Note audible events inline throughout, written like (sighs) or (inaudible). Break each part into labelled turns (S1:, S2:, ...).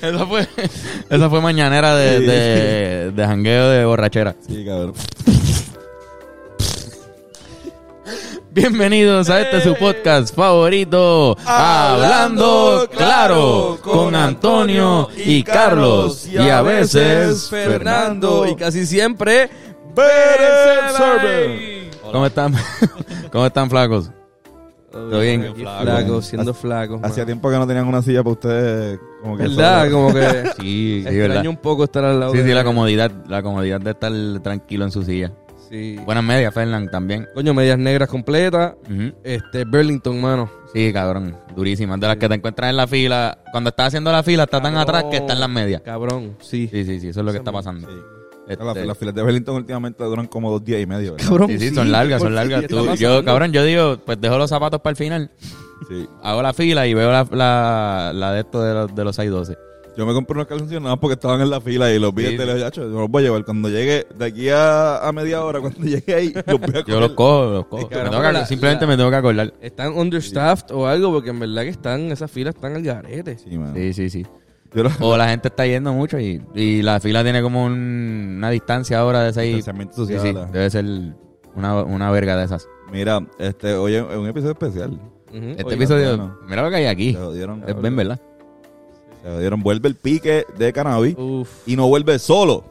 S1: Esa fue, (laughs) esa fue mañanera de,
S2: Sí.
S1: de, de jangueo de borrachera.
S2: Sí, cabrón.
S1: Bienvenidos a este su podcast favorito, Hablando Claro, con Antonio y Carlos, y a veces Fernando.
S3: y casi siempre
S2: Better
S3: Server.
S1: ¿Cómo están? (laughs) ¿Cómo están, flacos? ¿Todo bien? Ah,
S3: Aquí
S2: Flaco.
S3: Flaco, siendo flaco. mano.
S2: Hacía tiempo que no tenían una silla para ustedes. Como que
S3: ¿Verdad?
S2: solo-
S3: Como que
S1: (laughs) Sí, sí, ¿verdad?
S3: (laughs) extraño un poco estar al lado
S1: Sí,
S3: de
S1: sí, la comodidad, la comodidad de estar tranquilo en su silla.
S3: Sí.
S1: Buenas medias, Fernán, también.
S3: Coño, medias negras completas.
S1: Ujú.
S3: Este, Burlington, mano.
S1: Sí, cabrón, durísimas. De las que te encuentras en la fila, cuando estás haciendo la fila, está tan
S3: Cabrón.
S1: atrás que está en las medias.
S3: Cabrón, sí.
S1: Sí, sí, sí, eso es lo que está
S2: Sí.
S1: pasando. Este,
S2: Las, las filas de Wellington últimamente duran como dos días y medio. ¿verdad?
S3: Cabrón,
S1: Sí, sí, son largas, son largas.
S3: ¿Qué
S1: Tú-
S3: está
S1: yo,
S3: pasando?
S1: cabrón, yo digo, pues dejo los zapatos para el final,
S2: Sí.
S1: hago la fila y veo la, la, la de esto de los, de los 612.
S2: Yo me compré unos calzoncillos nada más porque estaban en la fila y los vi
S1: Sí.
S2: y te los yacho, yo los voy a llevar. Cuando llegue, de aquí a, a media hora, cuando (laughs) llegue ahí, los voy a
S1: Yo
S2: coger.
S1: los cojo, los cojo.
S3: Y
S1: Me
S3: cabrón,
S1: tengo que-
S3: la-
S1: simplemente
S3: la-
S1: me tengo que acordar.
S3: Están understaffed o algo, porque en verdad que están, esas filas están al garete.
S2: Sí, mano.
S1: Sí, sí, sí.
S2: Yo los...
S1: O la gente está yendo mucho y, y la fila tiene como un- una distancia ahora de 6.
S2: Distanciamiento
S1: Sí,
S2: social,
S1: sí,
S2: la-
S1: debe ser una, una verga de esas.
S2: Mira, este, hoy es un episodio especial.
S3: Ujú.
S1: Este
S3: Oye,
S1: episodio,
S2: bueno.
S1: mira lo que hay aquí.
S2: Se jodieron.
S1: Es bien, ¿verdad?
S2: Se jodieron. Vuelve el pique de cannabis
S3: Uf.
S2: y no vuelve solo.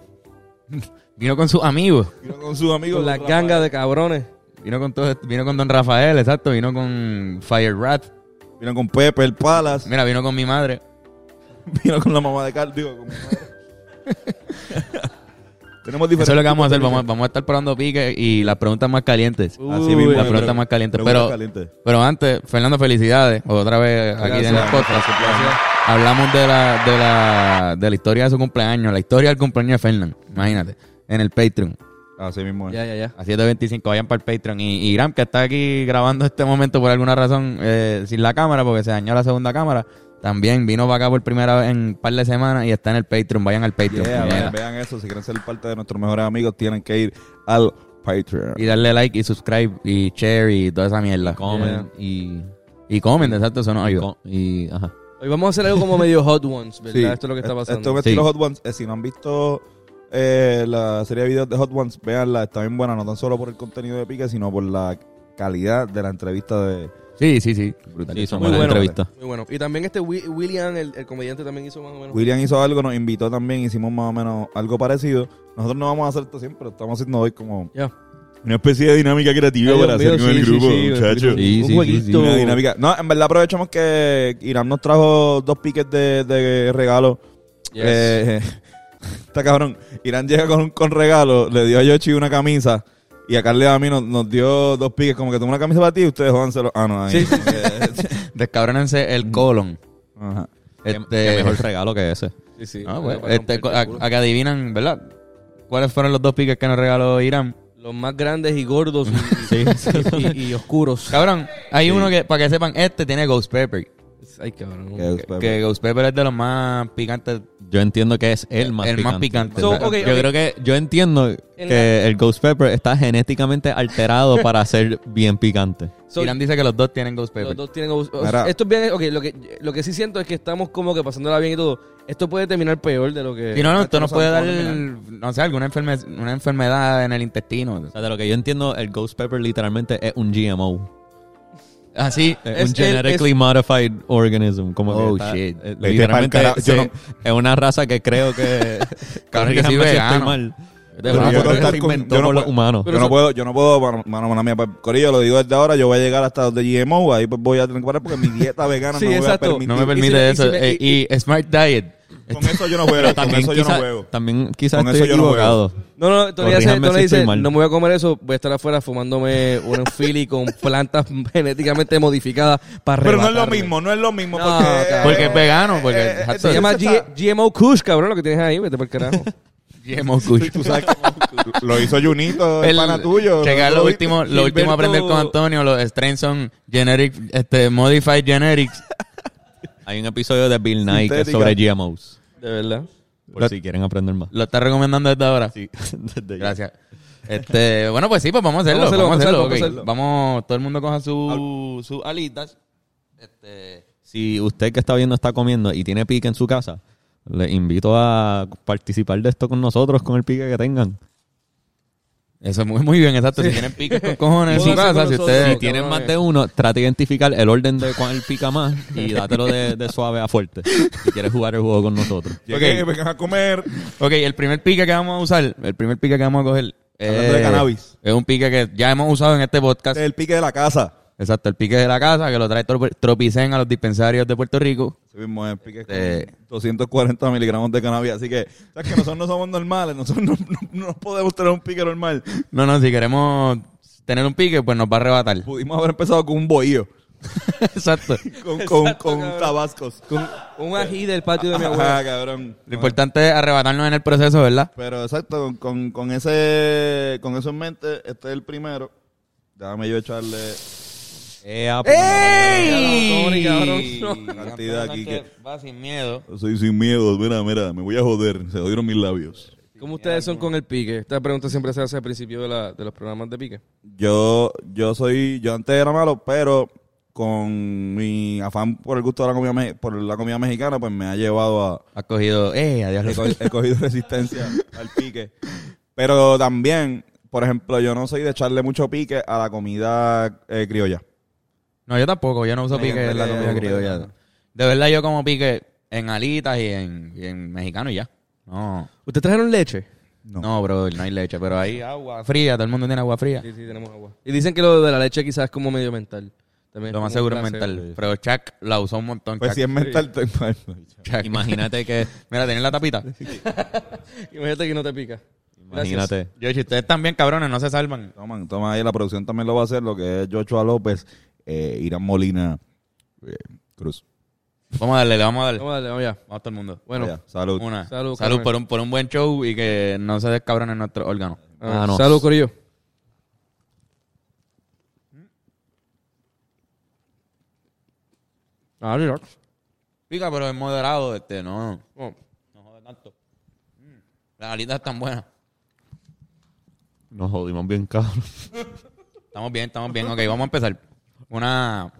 S1: Vino con sus amigos.
S2: Vino con sus amigos.
S3: Con las
S2: los
S3: gangas de cabrones.
S1: Vino con todo, vino con Don Rafael, exacto. Vino con Fire Rat.
S2: Rafael. Vino con Pepe, el Palace.
S1: Mira, vino con mi madre.
S2: (laughs) Vino con la mamá de Carl. Digo, con mi (laughs) madre. Tenemos diferentes.
S1: Eso es lo que vamos a hacer.
S2: tipos de
S1: Vamos, vamos a estar probando pique y las preguntas más calientes.
S2: Así mismo.
S1: las
S2: pero-
S1: preguntas más calientes.
S2: preguntas
S1: Pero,
S2: calientes.
S1: pero antes, Fernando, felicidades. Otra vez aquí en el
S3: Gracias.
S1: podcast. Hablamos de la, de, la, de la historia de su cumpleaños, la historia del cumpleaños de Fernando. Imagínate, en el Patreon.
S2: Así Ah, mismo. eh. es.
S3: Ya, ya, ya.
S1: A 7.25, vayan para el Patreon. Y, y Gram, que está aquí grabando este momento por alguna razón eh, sin la cámara, porque se dañó la segunda cámara, también vino para acá por primera vez en un par de semanas y está en el Patreon. Vayan al Patreon.
S2: Yeah,
S1: puñeta.
S2: vean, vean eso. Si quieren ser parte de nuestros mejores amigos, tienen que ir al Patreon.
S1: Y darle like y subscribe y share y toda esa mierda.
S4: comen y,
S1: Y comen, exacto, eso nos ayuda.
S4: co- y ajá.
S3: Hoy vamos a hacer algo como medio Hot Ones, ¿verdad?
S2: Sí.
S3: Esto es lo que está pasando.
S2: Esto es un
S1: Sí.
S2: estilo Hot Ones. Eh, si no han visto eh, la serie de videos de Hot Ones, véanla. Está bien buena, no tan solo por el contenido de Pique, sino por la calidad de la entrevista de...
S1: Sí, sí, sí. Brutal.
S4: Sí, son
S3: Muy
S4: buenas
S3: bueno.
S4: entrevistas.
S3: Muy bueno. Y también este Wi- William, el, el comediante, también hizo más o menos.
S2: William hizo algo, nos invitó también, hicimos más o menos algo parecido. Nosotros no vamos a hacer esto siempre, lo estamos haciendo hoy como
S3: Ya.
S2: una especie de dinámica creativa
S3: Ay,
S2: para
S3: Dios
S2: hacer con
S3: mío,
S2: el
S3: sí,
S2: grupo,
S3: sí, sí,
S2: muchachos.
S3: un-
S4: Sí,
S3: un
S4: sí, sí,
S3: jueguito.
S2: Una dinámica. No, en verdad aprovechamos que Irán nos trajo dos piques de, de regalo.
S3: Yes.
S2: Eh, (laughs) está cabrón. Irán llega con, con regalo, le dio a Yoshi una camisa. Y a Carly y a mí nos, nos dio dos piques, como que tengo una camisa para ti y ustedes jódanselo. Ah, no, ahí.
S3: Sí, sí,
S2: como que-
S1: Descabrónense el colon.
S2: (laughs) Ajá.
S1: Este,
S4: Qué mejor regalo que ese.
S3: Sí, sí.
S1: Ah, bueno,
S3: Para
S1: este,
S3: romperte
S1: a,
S3: el culo.
S1: a que adivinan, ¿verdad? ¿Cuáles fueron los dos piques que nos regaló Irán?
S3: Los más grandes y gordos
S1: (laughs)
S3: y, y- y- y oscuros.
S1: Cabrón, hay uno que, para que sepan, este tiene Ghost Pepper.
S3: Ay, cabrón.
S2: Que-
S1: Que, que Ghost Pepper es de los más picantes.
S4: Yo entiendo que es el más
S1: el
S4: picante.
S1: más picante.
S3: So,
S1: ¿verdad?
S3: ok,
S4: Yo creo que yo entiendo que el Ghost Pepper está genéticamente alterado para ser bien picante.
S3: So,
S1: Irán dice que los dos tienen Ghost Pepper.
S3: los dos tienen. os- os-
S2: Mira.
S3: Esto es bien. Ok, lo que, lo que sí siento es que estamos como que pasándola bien y todo. Esto puede terminar peor de lo que.
S1: Si no, no, esto nos
S2: no
S1: puede dar,
S2: sabemos cómo
S1: no sé, alguna enferme- una enfermedad en el intestino.
S4: O sea, de lo que yo entiendo, el Ghost Pepper literalmente es un GMO.
S1: Así.
S4: Es,
S3: Es el-
S4: un genetically modified organism. Como que
S1: Oh,
S4: está-
S1: shit.
S4: eh,
S2: pa'l
S4: literalmente
S2: carajo, yo
S4: se-
S2: no-
S4: es una raza que creo que...
S1: Cabrón, que
S4: (laughs) corrígeme
S1: soy
S4: si estoy
S1: vegano.
S4: mal.
S1: Pero
S4: Una
S1: yo
S4: raza
S1: puedo
S4: que
S2: estar
S4: se
S2: con-
S4: inventó
S2: yo no
S4: por los
S2: puedo-
S4: humanos.
S2: pues. Yo no puedo, yo no puedo, mano, mano, mano mía, pues, Corillo, lo digo desde ahora, yo voy a llegar hasta donde GMO, ahí pues voy a tener que parar porque mi dieta vegana
S3: Sí,
S2: no me voy a
S3: exacto.
S2: permitir.
S1: No me
S3: Y si
S1: permite
S3: me- y
S1: eso.
S3: si me-
S1: Eh, Y, Smart Diet.
S2: Con eso yo no juego, con
S4: También
S2: eso yo no
S4: quizá-
S2: juego.
S4: También quizás
S2: Con eso
S4: estoy
S2: yo no juego.
S4: equivocado.
S3: No, no, Tony dice,
S4: Corríjanme
S3: Tony
S4: si estoy
S3: dice,
S4: mal.
S3: no me voy a comer eso, voy a estar
S1: (laughs)
S3: afuera fumándome un enfili con plantas genéticamente modificadas para
S2: Pero no es lo
S3: arrebatarme.
S2: mismo, no es lo mismo
S3: No,
S2: porque...
S3: cabrón.
S1: Porque es vegano, porque-
S2: eh, eh,
S3: Se
S1: Eso
S3: llama
S2: está-
S3: G- GMO Kush, cabrón, lo que tienes ahí, vete
S2: (laughs)
S3: por carajo.
S1: GMO Kush.
S2: Tú sabes cómo-
S1: pues,
S2: lo hizo Junito, el, pana tuyo.
S1: Checar
S2: ¿no?
S1: lo
S2: ¿Lo
S1: último,
S2: viste?
S1: lo último a aprender
S3: Gilberto-
S1: con Antonio, los strains son generic, este, modified generics.
S4: Hay un episodio de Bill Nye que es
S2: Sintética.
S4: sobre GMOs.
S3: De verdad.
S4: Por
S1: Lo-
S4: si quieren aprender más.
S1: Lo está recomendando desde ahora.
S4: (laughs) Desde ya.
S1: Gracias. Este, bueno, pues sí, pues vamos a hacerlo. Vamos a hacerlo, ok. vamos, todo el mundo coja su- sus alitas. Este,
S4: Si usted que está viendo está comiendo y tiene pique en su casa, les invito a participar de esto con nosotros, con el pique que tengan.
S1: Eso es muy, muy bien, exacto. Si tienen piques con cojones en
S3: Sí,
S1: su
S3: sí,
S1: casa,
S3: con
S1: si
S3: nosotros.
S1: ustedes...
S4: Si tienen más de uno, trata de identificar el orden de cuál pica más y dátelo de, de suave a fuerte. Si quieres jugar el juego con nosotros.
S2: Llegué, vengan a comer.
S1: Ok, el primer pique que vamos a usar, el primer pique que vamos a coger...
S2: Hablando de
S1: es-
S2: cannabis.
S1: Es un pique que ya hemos usado en este podcast.
S2: Este es el pique de la casa.
S1: Exacto, el pique de la casa que lo trae Trop- Tropicen a los dispensarios de Puerto Rico.
S2: Ese mismo es el pique con
S1: Eh.
S2: 240 miligramos de cannabis. Así que, sabes que nosotros no somos normales. Nosotros no, no- no podemos tener un pique normal.
S1: No, no, si queremos tener un pique, pues nos va a arrebatar. (laughs)
S2: Pudimos haber empezado con un bohío.
S1: Exacto.
S2: Con, con, con
S3: cabrón.
S2: tabascos.
S3: Con un ají del patio de mi abuela.
S2: Ajá, cabrón.
S1: Lo importante es arrebatarnos en el proceso, ¿verdad?
S2: Pero exacto, con, con, con ese, con eso en mente, este es el primero. Déjame yo echarle
S1: Ah,
S4: Ea, pues,
S3: Tony,
S1: ¡Ey!
S3: cabrón,
S2: no. Cantidad aquí que-
S1: Va sin miedo.
S2: Soy sin miedo, mira, mira, me voy a joder, se jodieron mis labios.
S3: ¿Cómo ustedes son con el pique? Esta pregunta siempre se hace al principio de, la- de los programas de pique.
S2: Yo, yo soy, yo antes era malo, pero con mi afán por el gusto de la comida, me- por la comida mexicana, pues me ha llevado a,
S1: Has cogido. ¡Eh! Adiós.
S2: he, cogido, he cogido (laughs) resistencia al pique. Pero también, por ejemplo, yo no soy de echarle mucho pique a la comida eh, criolla.
S1: No, yo tampoco. Yo no uso
S2: Me
S1: pique en la
S2: encanta
S1: comida
S2: la
S1: criolla.
S2: comida.
S1: De verdad, yo como pique en alitas y en, y en mexicano y ya. No.
S3: ¿Ustedes trajeron leche?
S1: No,
S2: No.
S1: bro, no hay leche, pero hay agua fría. Todo el mundo tiene agua fría.
S3: Sí, sí, tenemos agua. Y dicen que lo de la leche quizás es como medio mental. También
S1: Lo más
S3: como un
S1: seguro es
S3: placebo.
S1: mental. Pero Chuck la usó un montón.
S2: Pues
S1: Chuck.
S2: si es mental, pues, te-
S1: Chuck.
S4: Imagínate que.
S1: (laughs) Mira, tienen la tapita.
S3: Imagínate que no te pica.
S4: Imagínate.
S1: Yo, si ustedes también, cabrones, no se salvan.
S2: Toman, toma ahí, la producción también lo va a hacer, lo que es Joshua López, eh, Irán Molina, eh, Cruz.
S1: Vamos a darle, le vamos a darle.
S3: Vamos a darle, vamos allá.
S1: Vamos a todo el mundo.
S3: Bueno,
S2: Allá, salud.
S1: Una. Salud,
S3: Salud,
S1: salud
S3: cabrones.
S1: por, un, por un buen show y que no se descabronen nuestros órganos.
S3: ah,
S4: Manos.
S3: salud, Corillo. Ah, relax.
S1: Pica, pero es moderado, este, no.
S3: Bueno,
S1: No jode tanto. Mm, Las alitas están buenas.
S4: Nos jodimos bien, cabrón.
S1: Estamos bien, estamos bien. Ok, vamos a empezar. Una.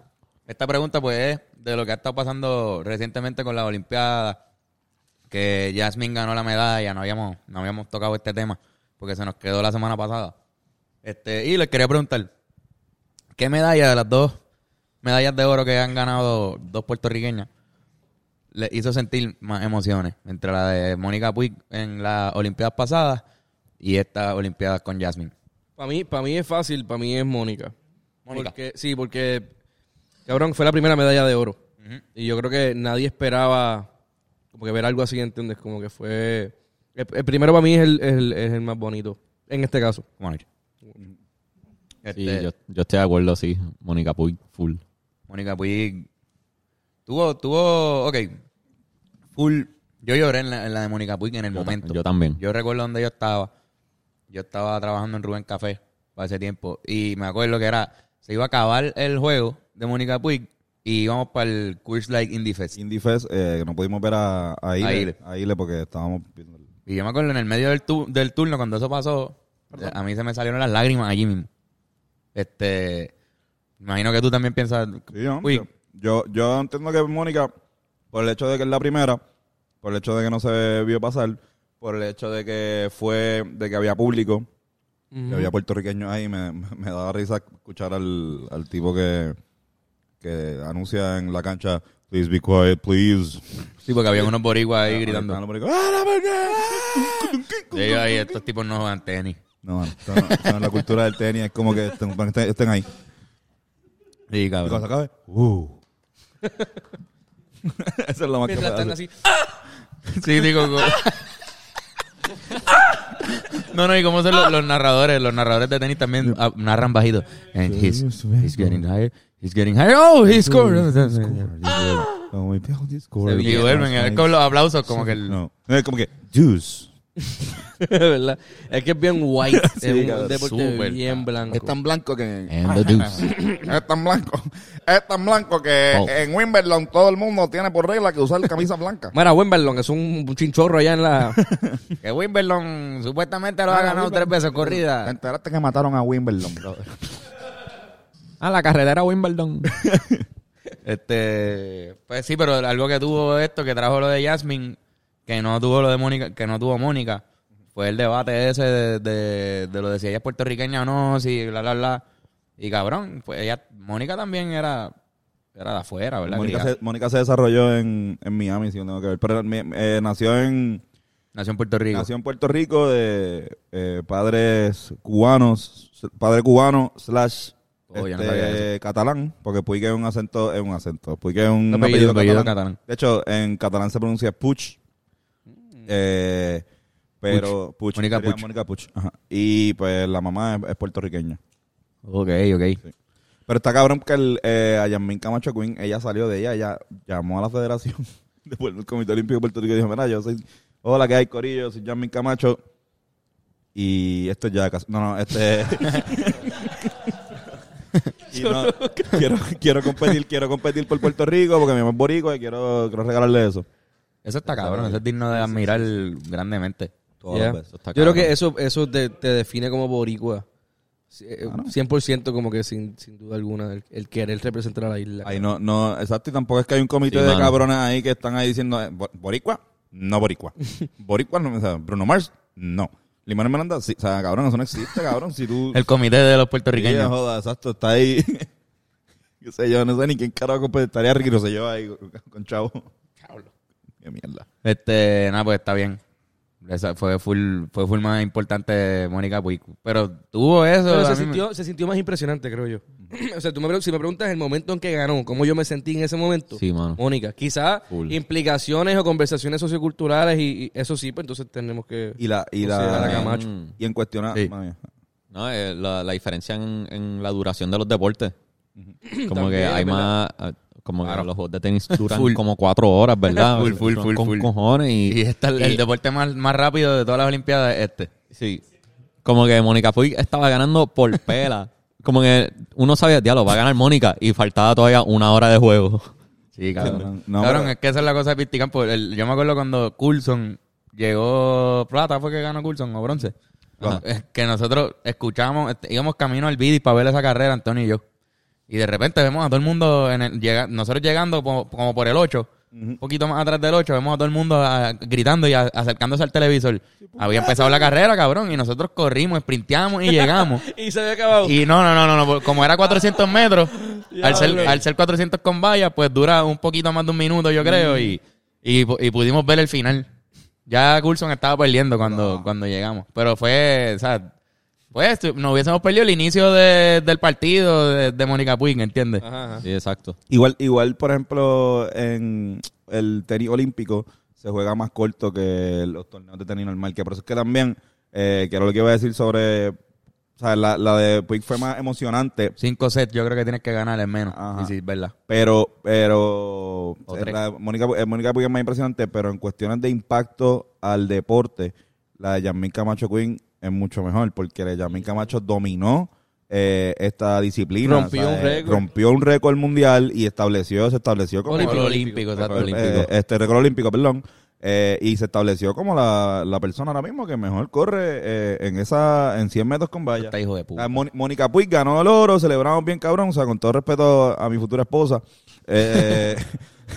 S1: Esta pregunta, pues, es de lo que ha estado pasando recientemente con las Olimpiadas. Que Jasmine ganó la medalla. No habíamos, no habíamos tocado este tema porque se nos quedó la semana pasada. Este, y les quería preguntar: ¿qué medalla de las dos medallas de oro que han ganado dos puertorriqueñas les hizo sentir más emociones? Entre la de Mónica Puig en las Olimpiadas pasadas y estas Olimpiadas con Jasmine.
S3: Para mí, para mí es fácil, para mí es Mónica.
S1: Mónica.
S3: Porque- sí, porque, cabrón, fue la primera medalla de oro. Y yo creo que nadie esperaba como que ver algo así, ¿entiendes? Como que fue... El, el primero para mí es el, es el- es el más bonito, en este caso.
S1: Como anoche.
S4: Sí,
S1: Mm. Este,
S4: yo, yo estoy de acuerdo, sí. Mónica Puig, full.
S1: Mónica Puig tuvo, tuvo, ok, full. Yo lloré en la, en la de Mónica Puig en el
S4: Yo ta-
S1: momento.
S4: yo también.
S1: Yo recuerdo donde yo estaba. Yo estaba trabajando en Rubén Café para ese tiempo. Y me acuerdo que era, se iba a acabar el juego de Mónica Puig y íbamos para el Queers Like Indie Fest.
S2: Indie Fest, eh, que no pudimos ver a, a, Ile,
S1: A Ile.
S2: a Ile porque estábamos viendo el-
S1: Y yo me acuerdo en el medio del, tu- del turno, cuando eso pasó, a mí se me salieron las lágrimas allí mismo. Este, imagino que tú también piensas,
S2: Sí, yo,
S1: Puig,
S2: yo, yo, yo entiendo que Mónica, por el hecho de que es la primera, por el hecho de que no se vio pasar, por el hecho de que fue, de que había público, que había puertorriqueños ahí, me, me- me daba risa escuchar al, al tipo que, que anuncia en la cancha, please be quiet, please.
S1: Sí, porque había unos boricuas ahí
S2: Ah,
S1: gritando.
S2: los boricuas, "¡Ah, la
S1: (laughs)
S2: verga!
S1: Y yo ahí, estos tipos no juegan tenis.
S2: No, mano, esto no, esto no es la cultura del tenis, es como que estén, estén- estén ahí.
S1: Sí,
S2: Y cuando se
S1: cabrón.
S2: acabe, uh. (laughs) Eso es lo más que
S3: Mientras
S2: puede
S3: están
S2: hacer.
S3: así...
S1: Sí, digo. como- No, no, y cómo son los, los narradores, los narradores de tenis también ah, narran bajito. And he's, he's getting higher, he's getting higher. Oh, he scored.
S2: No, we found this
S3: Se
S2: score.
S1: Y duermen es con los aplausos como que el,
S2: No, es como que juice.
S3: ¿verdad? (laughs) Es que es bien
S2: (laughs)
S3: white. es un
S2: cabrón,
S3: deporte
S1: súper,
S3: bien blanco.
S2: blanco que
S4: And the deuce.
S2: (coughs) es tan blanco, es tan blanco que
S4: Oh.
S2: en Wimbledon todo el mundo tiene por regla que usar camisa (laughs) blanca.
S3: Mira, Wimberlon es un un chinchorro allá en la...
S2: (laughs)
S1: que Wimbledon supuestamente
S2: Ah,
S1: lo ha ganado tres veces corrida.
S2: enteraste que mataron a Wimbledon,
S4: Ah, la carretera Wimbledon.
S1: Este, pues sí, pero algo que tuvo esto que trajo lo de Jasmine, que no tuvo lo de Mónica, que no tuvo Mónica, fue el debate ese de, de- de lo de si ella es puertorriqueña o no, si bla bla bla. Y cabrón, pues ella, Mónica también era, era de afuera, ¿verdad?
S2: Mónica
S1: Que
S2: se,
S1: ella
S2: Mónica se desarrolló en, en Miami, si no tengo que ver. Pero mi- eh, nació en
S1: Nació en Puerto Rico.
S2: nació en Puerto Rico de eh, padres cubanos, s- padre cubano slash
S1: Oh, yo no
S2: este,
S1: sabía
S2: catalán, porque Puig es un acento, es un acento, Puig es
S1: Un
S2: un
S1: apellido- apellido catalán.
S2: De hecho, en catalán se pronuncia Puig. Eh, pero Puig,
S1: Mónica
S2: sería
S1: Mm. Puig.
S2: Mónica Puig, ajá. Y pues la mamá es- es puertorriqueña.
S1: Ok, ok.
S2: Pero está cabrón que el, eh, a Yasmín Camacho Queen, ella salió de ella, ella llamó a la federación (laughs) después del Comité Olímpico de Puerto Rico y dijo, mira, yo soy, hola, ¿qué hay, Corillo? Soy Yasmín Camacho. Y esto es ya casi, no, no, este... (laughs) y
S3: (laughs)
S2: no, quiero, quiero competir, quiero competir por Puerto Rico porque mi mamá es boricua y quiero, quiero regalarle eso.
S1: Eso está cabrón, eso es digno de admirar grandemente.
S2: Todas
S3: Yeah.
S2: las veces.
S4: está
S3: Yo creo
S4: cabrón.
S3: que eso, eso te, te define como boricua. Sí, eh, 100% como que sin, sin duda alguna, el, el querer representar a la isla.
S2: Ahí no, no, exacto, y tampoco es que hay un comité
S4: Sí,
S2: de
S4: mano.
S2: cabrones ahí que están ahí diciendo, eh, bo- boricua, no boricua. boricua, no, o sea, Bruno Mars, no. Limón Miranda, sí, o sea, cabrón, eso no existe, cabrón, si tú...
S1: (laughs) El comité de los
S2: Sí,
S1: puertorriqueños.
S2: joda, exacto, está ahí. (laughs) yo sé yo, no sé ni quién carajo pues, estaría Ricky Rosselló ahí con, con Chavo. Qué mierda.
S1: Este, nada, pues está bien. Esa fue full, fue full más importante Mónica Puig. Pero tuvo eso.
S3: Pero
S1: a
S3: se
S1: mí me-
S3: sintió, se sintió más impresionante, creo yo. (clears throat) o sea, tú me, pre- si me preguntas el momento en que ganó, cómo yo me sentí en ese momento,
S4: Sí, mano.
S3: Mónica, quizás
S4: Full.
S3: implicaciones o conversaciones socioculturales y, y eso sí, pues entonces tenemos que...
S2: Y la... Y
S3: O sea,
S2: la,
S3: la Camacho.
S4: Mm.
S2: Y en cuestionar...
S1: Sí.
S2: madre mía.
S4: No, eh, la, la diferencia en, en la duración de los deportes. Como que
S3: También,
S4: hay
S3: ¿verdad?
S4: más. eh, Como que los juegos
S1: (laughs)
S4: de tenis duran
S1: Full.
S4: como cuatro horas, ¿verdad?
S1: (laughs) Full, full,
S4: Son
S1: full,
S4: con
S1: full.
S4: cojones. Y,
S1: Y este es el, el deporte más, más rápido de todas las Olimpiadas, este.
S4: Sí. Como que Mónica Puig estaba
S1: (laughs)
S4: ganando por pela. Como que uno sabía, diablo, va a ganar Mónica. Y faltaba todavía una hora de juego.
S1: Sí, cabrón.
S2: Cabrón, no,
S1: cabrón,
S2: pero-
S1: es que esa es la cosa de Pisti Campo. El- yo me acuerdo cuando Coulson llegó plata, fue que ganó Coulson o bronce.
S2: Ajá.
S1: Es que nosotros escuchábamos, este, íbamos camino al Bidi para ver esa carrera, Antonio y yo. Y de repente vemos a todo el mundo, en el- llega- nosotros llegando po- como por el 8, un poquito más atrás del 8, vemos a todo el mundo ah, gritando y a- acercándose al televisor. Había empezado la carrera, cabrón, y nosotros corrimos, sprinteamos y llegamos.
S3: Y se había acabado.
S1: Y no, no, no, no, no, por- como era 400 metros, al ser, al ser 400 con vallas, pues dura un poquito más de un minuto, yo creo, y, y, pu- y pudimos ver el final. Ya Coulson estaba perdiendo cuando, cuando llegamos, pero fue, o sea, pues tu- nos hubiésemos perdido el inicio de- del partido de, de Mónica Puig, ¿entiendes?
S3: Ajá, ajá.
S4: Sí, exacto.
S2: Igual, igual, por ejemplo, en el tenis olímpico se juega más corto que los torneos de tenis normal. Que por eso es que también, eh, que era lo que iba a decir sobre. O sea, la, la de Puig fue más emocionante,
S1: Cinco sets, yo creo que tienes que ganar en menos,
S2: Ajá.
S1: y sí, es verdad.
S2: pero. pero
S1: O
S2: eh,
S1: tres.
S2: la de Mónica, eh, Mónica Puig es más impresionante, pero en cuestiones de impacto al deporte, la de Yasmín Camacho Queen es mucho mejor, porque la de Yasmín Camacho dominó. eh, esta disciplina
S3: Rompió
S2: o sea,
S3: un
S2: eh,
S3: récord.
S2: rompió un récord mundial y estableció se estableció como
S3: Olímpico,
S1: Oro
S3: olímpico,
S1: olímpico, exacto,
S2: Eh,
S1: olímpico.
S2: este récord olímpico, perdón. Eh, y se estableció como la, la persona ahora mismo que mejor corre eh, en esa en 100 metros con valla.
S1: Está hijo de
S2: Ah,
S1: puta.
S2: Moni- Mónica Puig ganó el oro, celebramos bien cabrón, o sea, con todo respeto a mi futura esposa. Eh,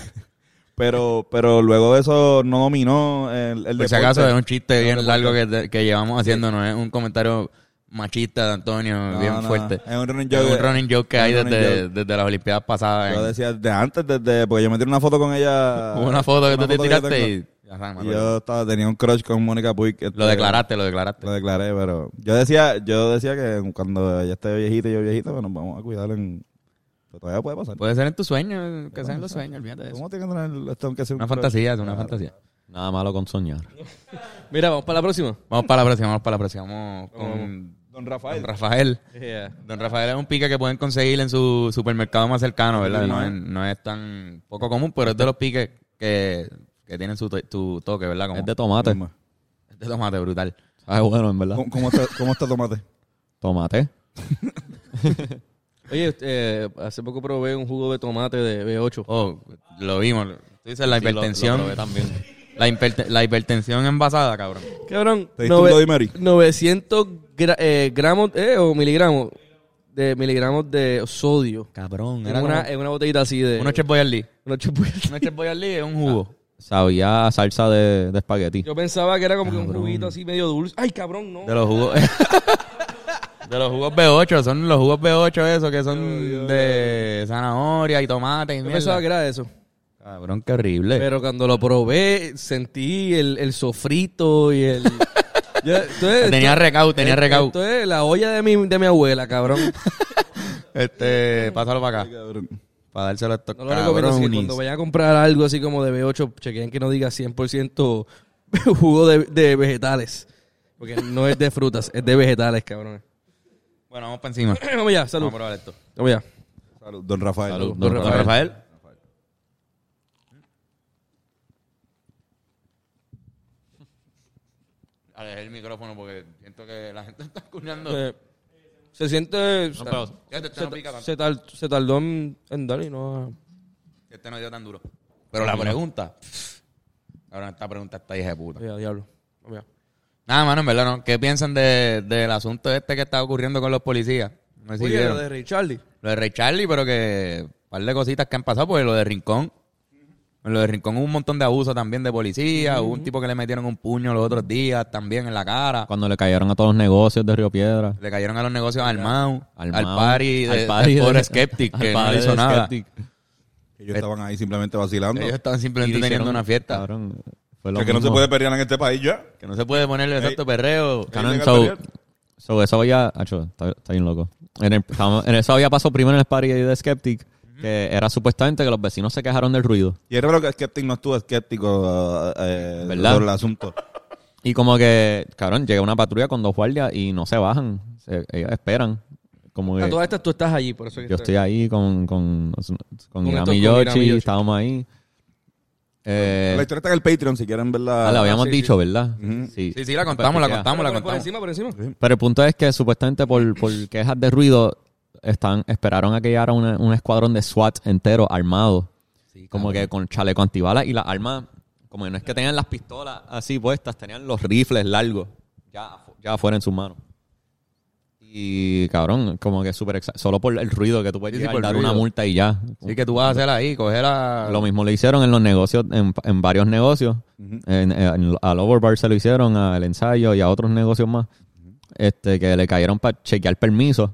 S2: (laughs) pero pero luego de eso no dominó el, el
S1: Por si
S2: deporte.
S1: acaso es un chiste bien
S2: deporte.
S1: largo que, que llevamos haciendo, no es un comentario machista de Antonio,
S2: No,
S1: bien
S2: no,
S1: fuerte.
S2: Es un running
S1: Es
S2: joke.
S1: un running joke que
S2: Es un
S1: hay
S2: running
S1: desde,
S2: joke.
S1: desde las Olimpiadas pasadas.
S2: Yo
S1: en-
S2: decía de antes, desde, porque yo me tiré una foto con ella.
S1: Hubo una foto que
S2: una
S1: tú te
S2: foto que yo
S1: tiraste
S2: tengo.
S1: y... Ajá, me
S2: Y
S1: acuerdo.
S2: yo estaba, tenía un crush con Mónica Puig.
S1: Lo
S2: este,
S1: declaraste, lo declaraste.
S2: Lo declaré, pero yo decía, yo decía que cuando ella esté viejita y yo viejita, pues nos vamos a cuidar en... pero todavía puede pasar.
S1: Puede ser en tus sueños, que sean los sueños, olvídate de eso.
S2: ¿Cómo tiene que tener esto aunque sea un
S1: Una
S2: crush?
S1: fantasía, es una
S2: Claro.
S1: fantasía.
S4: Nada malo con soñar.
S3: Mira, vamos para la próxima.
S1: Vamos para la próxima, vamos para la próxima. Vamos con
S2: Don Rafael.
S1: Don Rafael. Don Rafael es un pique que pueden conseguir en su supermercado más cercano, ¿verdad? No es, no es tan poco común, pero es de los piques que, que tienen su, to- tu toque, ¿verdad? Como,
S4: Es de tomate.
S2: Mismo.
S1: es de tomate brutal.
S4: Ah, bueno, en verdad.
S1: Oh.
S2: ¿Cómo, cómo está, ¿Cómo está Tomate?
S4: Tomate.
S3: Oye, eh, hace poco probé un jugo de tomate de B8.
S1: Oh, lo vimos. Tú dices la
S4: Sí, lo- lo
S1: hipertensión.
S4: probé también.
S1: la, hiperte- la hipertensión envasada, cabrón.
S3: Cabrón,
S2: ¿Te diste un
S3: nove-
S2: Bloody Mary?
S3: 900 gra- eh, gramos eh, o miligramos de miligramos de sodio.
S1: Cabrón,
S3: En una, en una botellita así de...
S1: Unos Chef Boyardee.
S3: una Chip Boy-
S1: Unos Chef Boyardee es un jugo.
S4: sabía a salsa de, de espagueti.
S3: (laughs) Yo pensaba que era como que un juguito así medio dulce. Ay, cabrón, no.
S1: De los jugos. (laughs) de los jugos B8, son los jugos B8 esos que son de zanahoria y tomate y
S3: Yo
S1: mierda.
S3: pensaba que era eso.
S1: Cabrón, qué horrible.
S3: Pero cuando lo probé, sentí el, el sofrito y el. Yo- esto es-
S1: tenía recau, tenía
S3: esto-
S1: recau.
S3: Esto es la olla de mi, de mi abuela, cabrón.
S1: Este, pásalo para acá. Para dárselo a estos
S3: No lo recomiendo. así que cuando
S1: cabrones.
S3: vayan a comprar algo así como de B8, chequeen que no diga 100% (laughs) jugo de, de vegetales. Porque no es de frutas, es de vegetales, cabrón.
S1: Bueno, vamos para encima.
S3: (clears throat) Vamos ya, salud.
S1: Vamos a probar esto.
S3: Vamos ya.
S2: Salud, don Rafael.
S4: Salud,
S1: Don Rafael. Alejé el micrófono porque siento que la gente está escuchando.
S3: Eh, se siente.
S4: No, pero-
S1: Este, este
S3: se,
S1: no pica tanto.
S3: se tar- se tardó en, en dar y no.
S1: Este no dio tan duro. Pero la pregunta. Ahora esta pregunta está hija de puta.
S3: Oye, diablo. Vamos ya.
S1: Nada, mano, en verdad, ¿no? ¿Qué piensan de, del asunto este que está ocurriendo con los policías? No sé si
S3: Oye, lo
S1: vieron.
S3: de Ray Charlie.
S1: Lo de Ray Charlie, pero que un par de cositas que han pasado, porque lo de Rincón. En lo de Rincón hubo un montón de abusos también de policía. Hubo un tipo que le metieron un puño los otros días también en la cara.
S4: Cuando le cayeron a todos los negocios de Río Piedra.
S1: Le cayeron a los negocios al Mau, al,
S4: Al Mau,
S1: party,
S4: al
S1: de,
S4: party
S1: del
S4: de- (laughs)
S1: pobre Skeptic,
S4: al
S1: que no
S4: party
S1: le hizo
S4: de
S1: nada.
S4: Skeptic.
S2: Ellos estaban ahí simplemente vacilando.
S1: Ellos estaban
S4: Y
S1: simplemente
S4: le
S1: teniendo
S4: hicieron-
S1: una fiesta.
S4: cabrón, fue lo
S2: Que, que no se
S4: mismo.
S2: puede pelear en este país ya.
S1: Que no se puede ponerle exacto perreo.
S4: Canon,
S2: Ahí
S4: so,
S2: llega el
S4: so eso ya, acho, está, está bien loco. En, el- estábamos- en eso había pasado primero en el party de Skeptic, que era supuestamente que los vecinos se quejaron del ruido.
S2: Y es raro que Skeptic no estuvo escéptico eh,
S4: ¿Verdad?
S2: sobre el asunto.
S4: Y como que, cabrón, llega una patrulla con dos guardias y no se bajan. Se- ellos esperan. Como que
S3: A todas estas tú estás allí, por eso que
S4: yo estoy ahí con, con, con, Irami
S3: estos- con
S4: Yoshi,
S3: Irami Yoshi.
S4: estábamos ahí. Eh,
S2: la historia está en el Patreon, si quieren verla.
S4: ah, la habíamos
S3: sí,
S4: dicho, ¿verdad?
S1: Sí, sí, la contamos, la
S4: Pues,
S1: contamos, la
S3: Por- Por
S1: contamos.
S3: encima, por encima.
S4: Pero el punto es que supuestamente por, por quejas de ruido están, esperaron a que llegara una- un escuadrón de SWAT entero armado. como que con chaleco antibalas y las armas, como que no es que tenían las pistolas así puestas, tenían los rifles largos ya, afu- ya afuera en sus manos. Y cabrón, como que súper exa- solo por el ruido que tú puedes
S1: Sí, sí,
S4: llegar,
S1: por el
S4: dar una
S1: ruido.
S4: multa y ya.
S1: Sí, que tú vas a hacer ahí, coger a...
S4: Lo mismo le hicieron en los negocios, en, en varios negocios. En- en- al Overbar se lo hicieron, al ensayo y a otros negocios más. Este, que le cayeron para chequear permisos,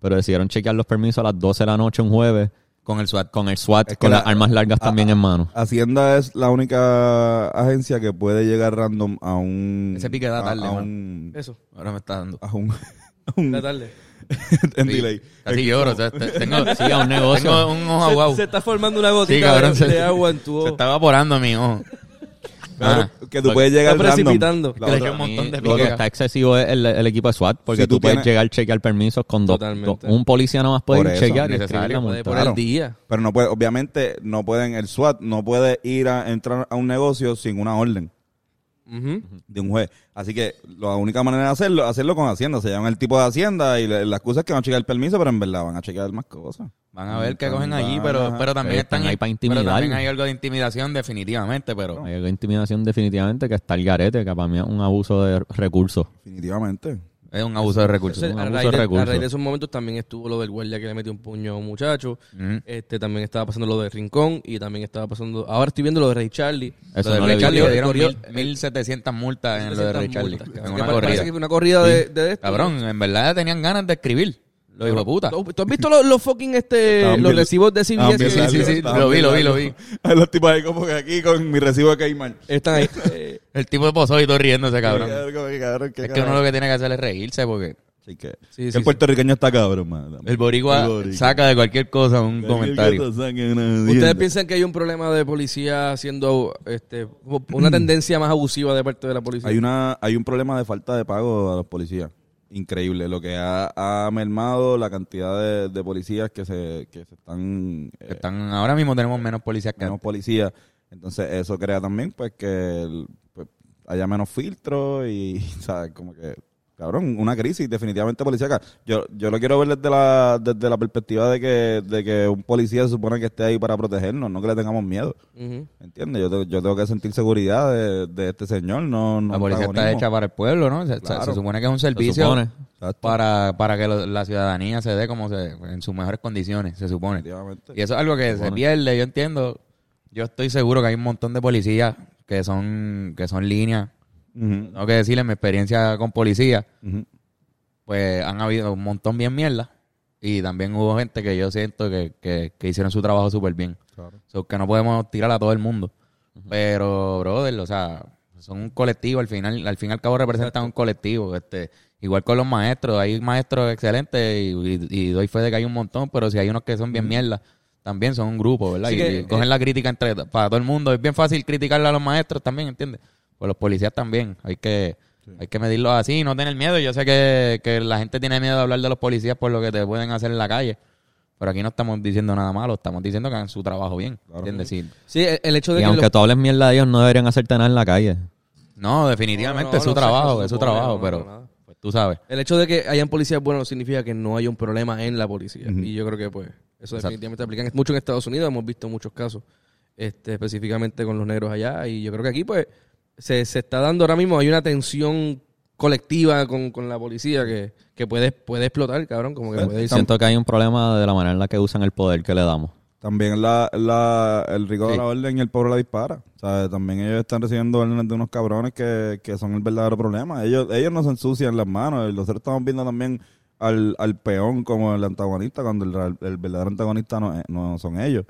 S4: pero decidieron chequear los permisos a las 12 de la noche un jueves
S1: Con el SWAT.
S4: con el SWAT,
S2: Es que
S4: con
S2: la-
S4: las armas largas
S2: Ah,
S4: también
S2: ah,
S4: en mano.
S2: Hacienda es la única agencia que puede llegar random a un.
S1: Ese pique da
S2: a-
S1: tarde,
S2: A,
S1: mano.
S2: un.
S3: Eso.
S1: Ahora me está dando.
S2: A un. a un-
S3: La tarde.
S2: (laughs) en
S1: Sí,
S2: delay.
S1: Casi lloro. o sea, te- tengo,
S4: Sí, a un negocio.
S1: tengo un ojo
S3: Se,
S1: aguado.
S3: se
S1: Se,
S3: está formando una gotita
S1: cabrón,
S3: de,
S1: se-
S3: de agua en tu
S1: se
S3: ojo.
S1: está evaporando mi ojo.
S2: Claro,
S1: Ah,
S2: que tú puedes llegar random.
S3: precipitando.
S2: La
S1: Que le
S2: otra-
S1: eché un montón de
S4: Lo que
S1: pique.
S4: está excesivo es el, el equipo de SWAT, porque
S2: Si
S4: tú,
S2: tú
S4: puedes
S2: tienes-
S4: llegar a chequear permisos con dos,
S3: Totalmente.
S4: dos- Un policía nomás puede
S2: Por
S4: ir
S2: eso,
S4: chequear y
S1: necesario,
S4: escribir la
S1: puede
S4: multa.
S3: por
S2: Claro.
S3: el día.
S2: Pero no puede, obviamente, no pueden, el SWAT no puede ir a entrar a un negocio sin una orden
S3: Ujú.
S2: de un juez. Así que la única manera de hacerlo, hacerlo con Hacienda. Se llaman el tipo de Hacienda y le- la excusa es que van a checar el permiso, pero en verdad van a checar más cosas.
S1: Van a ver qué cogen
S2: Ajá.
S1: allí, pero, pero también
S4: Pero están
S1: están
S4: ahí para
S1: Pero también
S4: intimidar.
S1: hay algo de intimidación definitivamente, pero...
S4: Hay algo de intimidación definitivamente que está el garete, que para mí es un abuso de recursos.
S2: Definitivamente.
S1: Es un abuso de recursos.
S3: Entonces,
S4: un
S3: a,
S4: abuso
S3: raíz de,
S4: de
S3: a
S4: recursos.
S3: raíz de esos momentos también estuvo lo del guardia que le metió un puño a un muchacho.
S1: Ujú.
S3: Este también estaba pasando lo de Rincón y también estaba pasando. Ahora estoy viendo lo de Ray Charlie.
S4: Eso
S1: lo de
S4: no
S1: Ray
S4: le vi.
S1: Charlie le dieron
S3: Corrió-
S1: mil- 1700 multas en lo de
S3: 700
S1: Ray Charlie.
S3: multas,
S1: En una
S3: cabrón. Que parece
S1: corrida.
S3: que fue una corrida de, de esto.
S1: Cabrón, en verdad tenían ganas de escribir. Lo dijo puta.
S3: ¿Tú, tú has visto los, los fucking este,
S2: Estaban
S3: los
S2: bien-
S3: recibos de CBS?
S2: estaban bien
S1: Sí, sí, sí,
S2: largos,
S1: sí,
S2: estaban
S1: lo vi,
S2: bien
S1: lo vi, lo
S2: largos. (laughs) Los tipos ahí como que aquí con mi recibo de Cayman.
S3: Están ahí. Eh,
S1: El tipo de pozó y todo riéndose, cabrón.
S2: Como que, cabrón, qué
S1: Es que
S2: carajo.
S1: uno lo que tiene que hacer es reírse porque
S2: Así que-
S3: Sí,
S2: que
S3: sí,
S2: el puertorriqueño está cabrón, man.
S1: el boricua,
S2: El boricua.
S1: saca de cualquier cosa un
S2: Cualquier
S1: comentario.
S2: cosa saque una
S3: ¿Ustedes
S2: mierda.
S3: piensan que hay un problema de policía haciendo este, una tendencia más abusiva de parte de la policía?
S2: Hay una, hay un problema de falta de pago a los policías. Increíble, lo que ha, ha mermado la cantidad de, de policías que se, que se están, eh,
S1: Están, ahora mismo tenemos menos policías que
S2: menos policías. Entonces eso crea también pues que el- pues, haya menos filtros y (laughs) ¿sabes? como que cabrón, una crisis definitivamente policíaca. Yo, yo lo quiero ver desde la, desde la perspectiva de que, de que un policía se supone que esté ahí para protegernos, no que le tengamos miedo.
S3: Ujú.
S2: ¿Entiendes? Yo, te- yo tengo que sentir seguridad de, de este señor, no, no
S1: La policía está
S2: antagonismo.
S1: hecha para el pueblo, ¿no? Se, se-
S2: Claro.
S1: se supone que es un servicio
S4: supone.
S2: Exacto.
S1: para, para que lo- la ciudadanía se dé como se, en sus mejores condiciones, se supone.
S2: Definitivamente.
S1: Y eso es algo que se pierde, yo entiendo. Yo estoy seguro que hay un montón de policías que son, que son líneas.
S2: Ujú,
S1: Tengo que decirles mi experiencia con policía.
S2: ujú.
S1: pues han habido un montón bien mierda. Y también hubo gente que yo siento que, que- que hicieron su trabajo súper bien. So, que no podemos tirar a todo el mundo. Pero, brother, o sea, son un colectivo al final, al fin y al cabo representan un colectivo. Este, igual con los maestros, hay maestros excelentes y, y- y doy fe de que hay un montón, pero si hay unos que son bien mierda, también son un grupo, ¿verdad?
S3: Así
S1: Y,
S3: que,
S1: y cogen la crítica entre para todo el mundo. Es bien fácil criticarle a los maestros también, ¿entiendes? Pues los policías también. Hay que, hay que medirlos así, no tener miedo. Yo sé que, que la gente tiene miedo de hablar de los policías por lo que te pueden hacer en la calle. Pero aquí no estamos diciendo nada malo, estamos diciendo que hagan su trabajo bien. ¿Entiendes? Sí.
S3: Sí, el, el hecho de
S4: Y
S3: que
S4: aunque
S3: los-
S4: tú hables mierda de ellos, no deberían hacerte nada en la calle.
S1: No, definitivamente
S3: No, no,
S1: es su
S3: no sé,
S1: trabajo,
S3: no se
S1: es su
S3: supone,
S1: trabajo,
S3: no,
S1: pero
S3: no, nada.
S1: pues, tú sabes.
S3: el hecho de que hayan policías buenos no significa que no haya un problema en la policía. Y yo creo que pues eso definitivamente aplica mucho en Estados Unidos, hemos visto muchos casos, este, específicamente con los negros allá. Y yo creo que aquí pues se, se está dando ahora mismo, hay una tensión colectiva con, con la policía que, que puede, puede explotar, cabrón, como que puede irse.
S4: Siento que hay un problema de la manera en la que usan el poder que le damos.
S2: También la, la- el rigor
S1: Sí.
S2: de la orden y el pueblo la dispara. O sea, también ellos están recibiendo órdenes de unos cabrones que, que son el verdadero problema. Ellos, ellos no se ensucian las manos. Nosotros estamos viendo también al, al peón como el antagonista, cuando el, real- el verdadero antagonista no, es- no son ellos,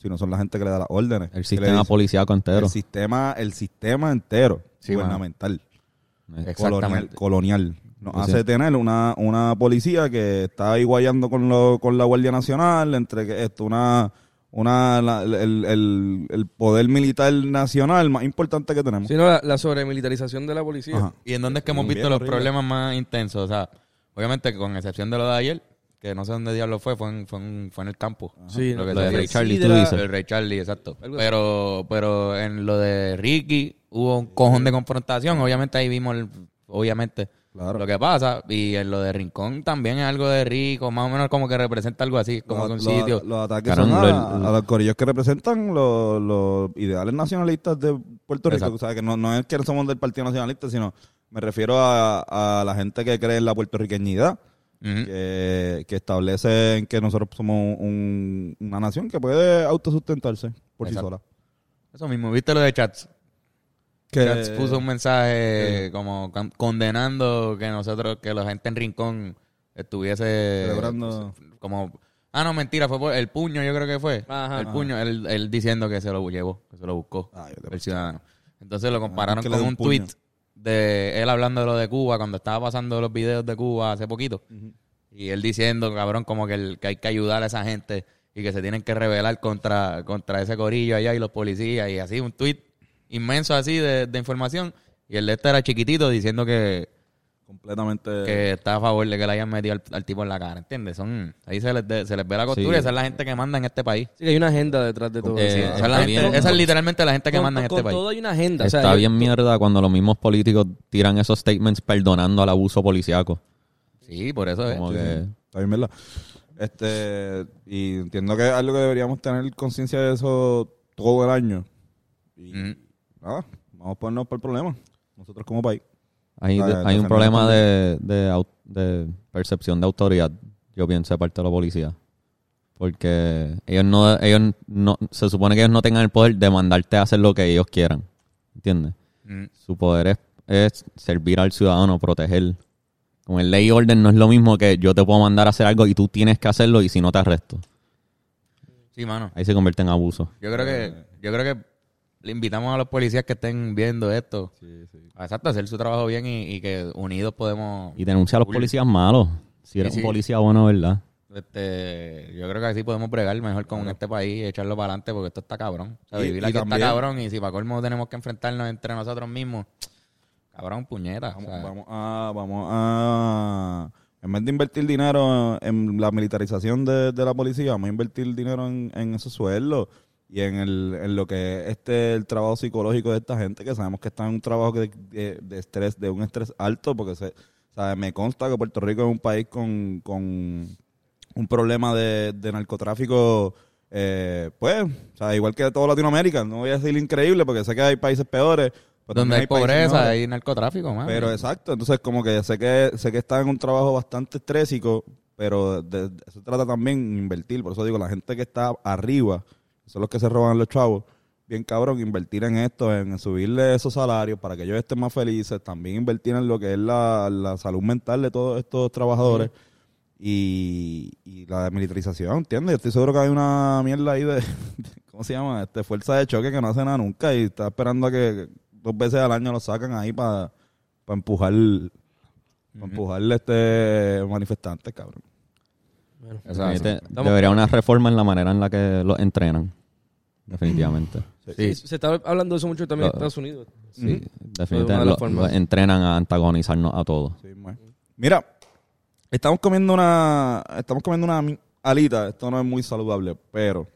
S2: sino son la gente que le da las órdenes.
S4: El
S2: que le
S4: sistema
S2: dice-
S4: policíaco entero.
S2: El sistema, el sistema entero,
S1: Sí, mano.
S2: gubernamental, colonial,
S1: Exactamente.
S2: colonial. Nos
S4: Sí, sí.
S2: hace tener una, una policía que está ahí guayando con, lo- con la Guardia Nacional, entre que esto, una, una la- el, el- el poder militar nacional más importante que tenemos.
S3: Sino la, la sobremilitarización de la policía.
S2: Ajá.
S1: ¿Y en dónde es que hemos
S2: Bien,
S1: visto los
S2: horrible.
S1: problemas más intensos? O sea, obviamente con excepción de lo de ayer, que no sé dónde diablo fue, fue en, fue en, fue en el campo.
S3: Sí,
S1: lo
S3: no,
S1: que
S4: lo
S1: se
S4: de
S1: llama.
S4: Ray Charlie,
S3: sí,
S4: tú
S3: de la-
S4: dices.
S1: El Ray Charlie, exacto.
S3: Algo así.
S1: Pero, pero en lo de Ricky hubo un cojón de confrontación. Obviamente ahí vimos, el- obviamente,
S2: Claro.
S1: lo que pasa. Y en lo de Rincón también es algo de Rico, más o menos como que representa algo así, como
S2: Los-
S1: que un
S2: los-
S1: sitio.
S2: los ataques
S4: Caramba,
S2: son a,
S4: el-
S2: a los corillos que representan los, los ideales nacionalistas de Puerto Rico.
S1: Exacto.
S2: O sea, que no, no es que somos del Partido Nacionalista, sino me refiero a, a la gente que cree en la puertorriqueñidad.
S1: Ujú.
S2: que, que establecen que nosotros somos un- una nación que puede autosustentarse por
S1: Exacto.
S2: sí sola.
S1: Eso mismo, ¿viste lo de Chats?
S2: Que-
S1: Chats puso un mensaje como con- condenando que nosotros, que la gente en Rincón estuviese
S2: Celebrando.
S1: como ah no mentira, fue por el puño, yo creo que fue.
S3: Ajá.
S1: el puño, él, él diciendo que se lo llevó, que se lo buscó
S2: Ah, yo te
S1: el ciudadano. Entonces lo compararon
S2: es que le
S1: con
S2: dio
S1: un,
S2: un puño.
S1: tweet de él hablando de lo de Cuba cuando estaba pasando los videos de Cuba hace poquito. Y él diciendo, cabrón, como que, el- que hay que ayudar a esa gente y que se tienen que rebelar contra, contra ese corillo allá y los policías y así, un tweet inmenso así de, de información. Y el de este era chiquitito diciendo que,
S2: completamente.
S1: que está a favor de que le hayan metido al, al tipo en la cara, ¿entiendes? Son, ahí se les, de- se les ve la costura
S4: Sí.
S1: y esa es la gente que manda en este país.
S3: Sí, que hay una agenda detrás de todo
S1: Eh,
S3: eso.
S1: esa, es la
S4: está
S1: gente-
S4: bien.
S1: esa es literalmente la gente que
S3: Con-
S1: manda en este
S3: con
S1: país.
S3: todo hay una agenda. o sea,
S4: Está
S3: yo-
S4: bien mierda cuando los mismos políticos tiran esos statements perdonando al abuso policiaco.
S1: Sí, por eso es.
S4: Como
S2: Sí, sí,
S4: que...
S2: Está bien, ¿verdad? Este, y entiendo que es algo que deberíamos tener conciencia de eso todo el año. Y
S1: Mm.
S2: nada, vamos a ponernos para el problema. Nosotros como país.
S4: Hay,
S2: Ah,
S4: de- hay
S2: entonces
S4: un
S2: no
S4: problema de, de au- de percepción de autoridad, yo pienso, de parte de la policía. Porque ellos no, ellos no, se supone que ellos no tengan el poder de mandarte a hacer lo que ellos quieran. ¿Entiendes?
S1: Mm.
S4: Su poder es, es servir al ciudadano, proteger. Como el ley y orden no es lo mismo que yo te puedo mandar a hacer algo y tú tienes que hacerlo y si no te arresto.
S1: Sí, mano.
S4: Ahí se convierte en abuso.
S1: Yo creo que, yo creo que le invitamos a los policías que estén viendo esto. a Exacto, hacer su trabajo bien y, y que unidos podemos.
S4: Y denuncia a los policías malos. Si eres
S1: Sí, sí.
S4: un policía bueno, ¿verdad?
S1: Este, yo creo que así podemos bregar mejor con este país y echarlo para adelante porque esto está cabrón. O sea,
S2: Y-
S1: vivir
S2: y
S1: aquí
S2: también-
S1: está cabrón y si para colmo tenemos que enfrentarnos entre nosotros mismos, cabrón, puñeta. o
S2: Vamos,
S1: sea,
S2: vamos a, vamos a, en vez de invertir dinero en la militarización de, de la policía, vamos a invertir dinero en, en esos sueldos y en, el, en lo que es este, el trabajo psicológico de esta gente, que sabemos que está en un trabajo que- de, de estrés, de un estrés alto, porque se, o sea, me consta que Puerto Rico es un país con, con un problema de, de narcotráfico, eh, pues, o sea, igual que toda Latinoamérica, no voy a decir increíble, porque sé que hay países peores. pero
S1: donde
S2: también
S1: hay
S2: países
S1: pobreza,
S2: mejores.
S1: hay narcotráfico, mano.
S2: Pero exacto, entonces como que sé que sé que está en un trabajo bastante estrésico, pero de, de eso trata también invertir, por eso digo, la gente que está arriba, son los que se roban los chavos. Bien cabrón, invertir en esto, en subirle esos salarios para que ellos estén más felices, también invertir en lo que es la, la salud mental de todos estos trabajadores y, y la desmilitarización, ¿entiendes? Yo estoy seguro que hay una mierda ahí de, de- ¿cómo se llama? Este, fuerza de choque que no hace nada nunca y está esperando a que dos veces al año lo sacan ahí para empujar, para empujarle este manifestante, cabrón.
S3: Bueno,
S4: Definitivamente,
S3: Estamos-
S4: Debería una reforma en la manera en la que los entrenan. Definitivamente.
S3: sí, se está hablando de eso mucho también en
S4: Lo-
S3: Estados Unidos.
S4: Sí,
S3: Fue una de
S4: definitivamente
S3: las
S4: lo-
S3: formas.
S4: los entrenan a antagonizarnos a todos.
S2: Sí, ma. Mira, estamos comiendo una, estamos comiendo una mi- alita. Esto no es muy saludable, pero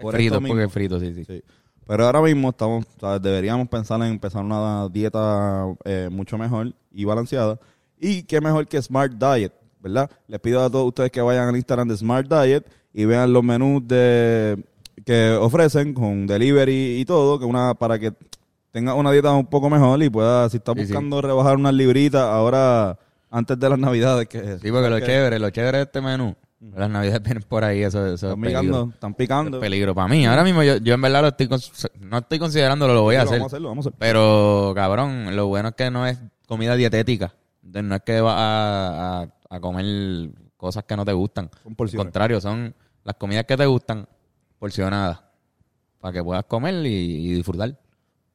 S2: por
S1: frito,
S2: esto mismo-
S1: porque es frito, sí, sí.
S2: sí. Pero ahora mismo estamos, o sea, deberíamos pensar en empezar una dieta eh, mucho mejor y balanceada. Y qué mejor que Smart Diet, ¿verdad? Les pido a todos ustedes que vayan al Instagram de Smart Diet y vean los menús de que ofrecen con delivery y todo, que una para que tenga una dieta un poco mejor y pueda, si está
S1: Sí, sí.
S2: buscando rebajar unas libritas ahora antes de las navidades que
S1: Sí, porque lo
S2: que
S1: chévere, lo chévere de este menú, las navidades (laughs) vienen por ahí, eso, eso es
S2: están
S1: peligro.
S2: picando, están picando.
S1: Es peligro para mí. Ahora mismo yo, yo en verdad lo estoy cons- no estoy considerándolo, lo voy a
S2: Vamos
S1: hacer.
S2: a hacerlo, vamos a hacerlo.
S1: Pero, cabrón, lo bueno es que no es comida dietética. Entonces, no es que vas a, a- a comer cosas que no te gustan.
S2: Son
S1: Al
S2: porciones.
S1: contrario, son las comidas que te gustan porcionadas. Para que puedas comer y, y disfrutar.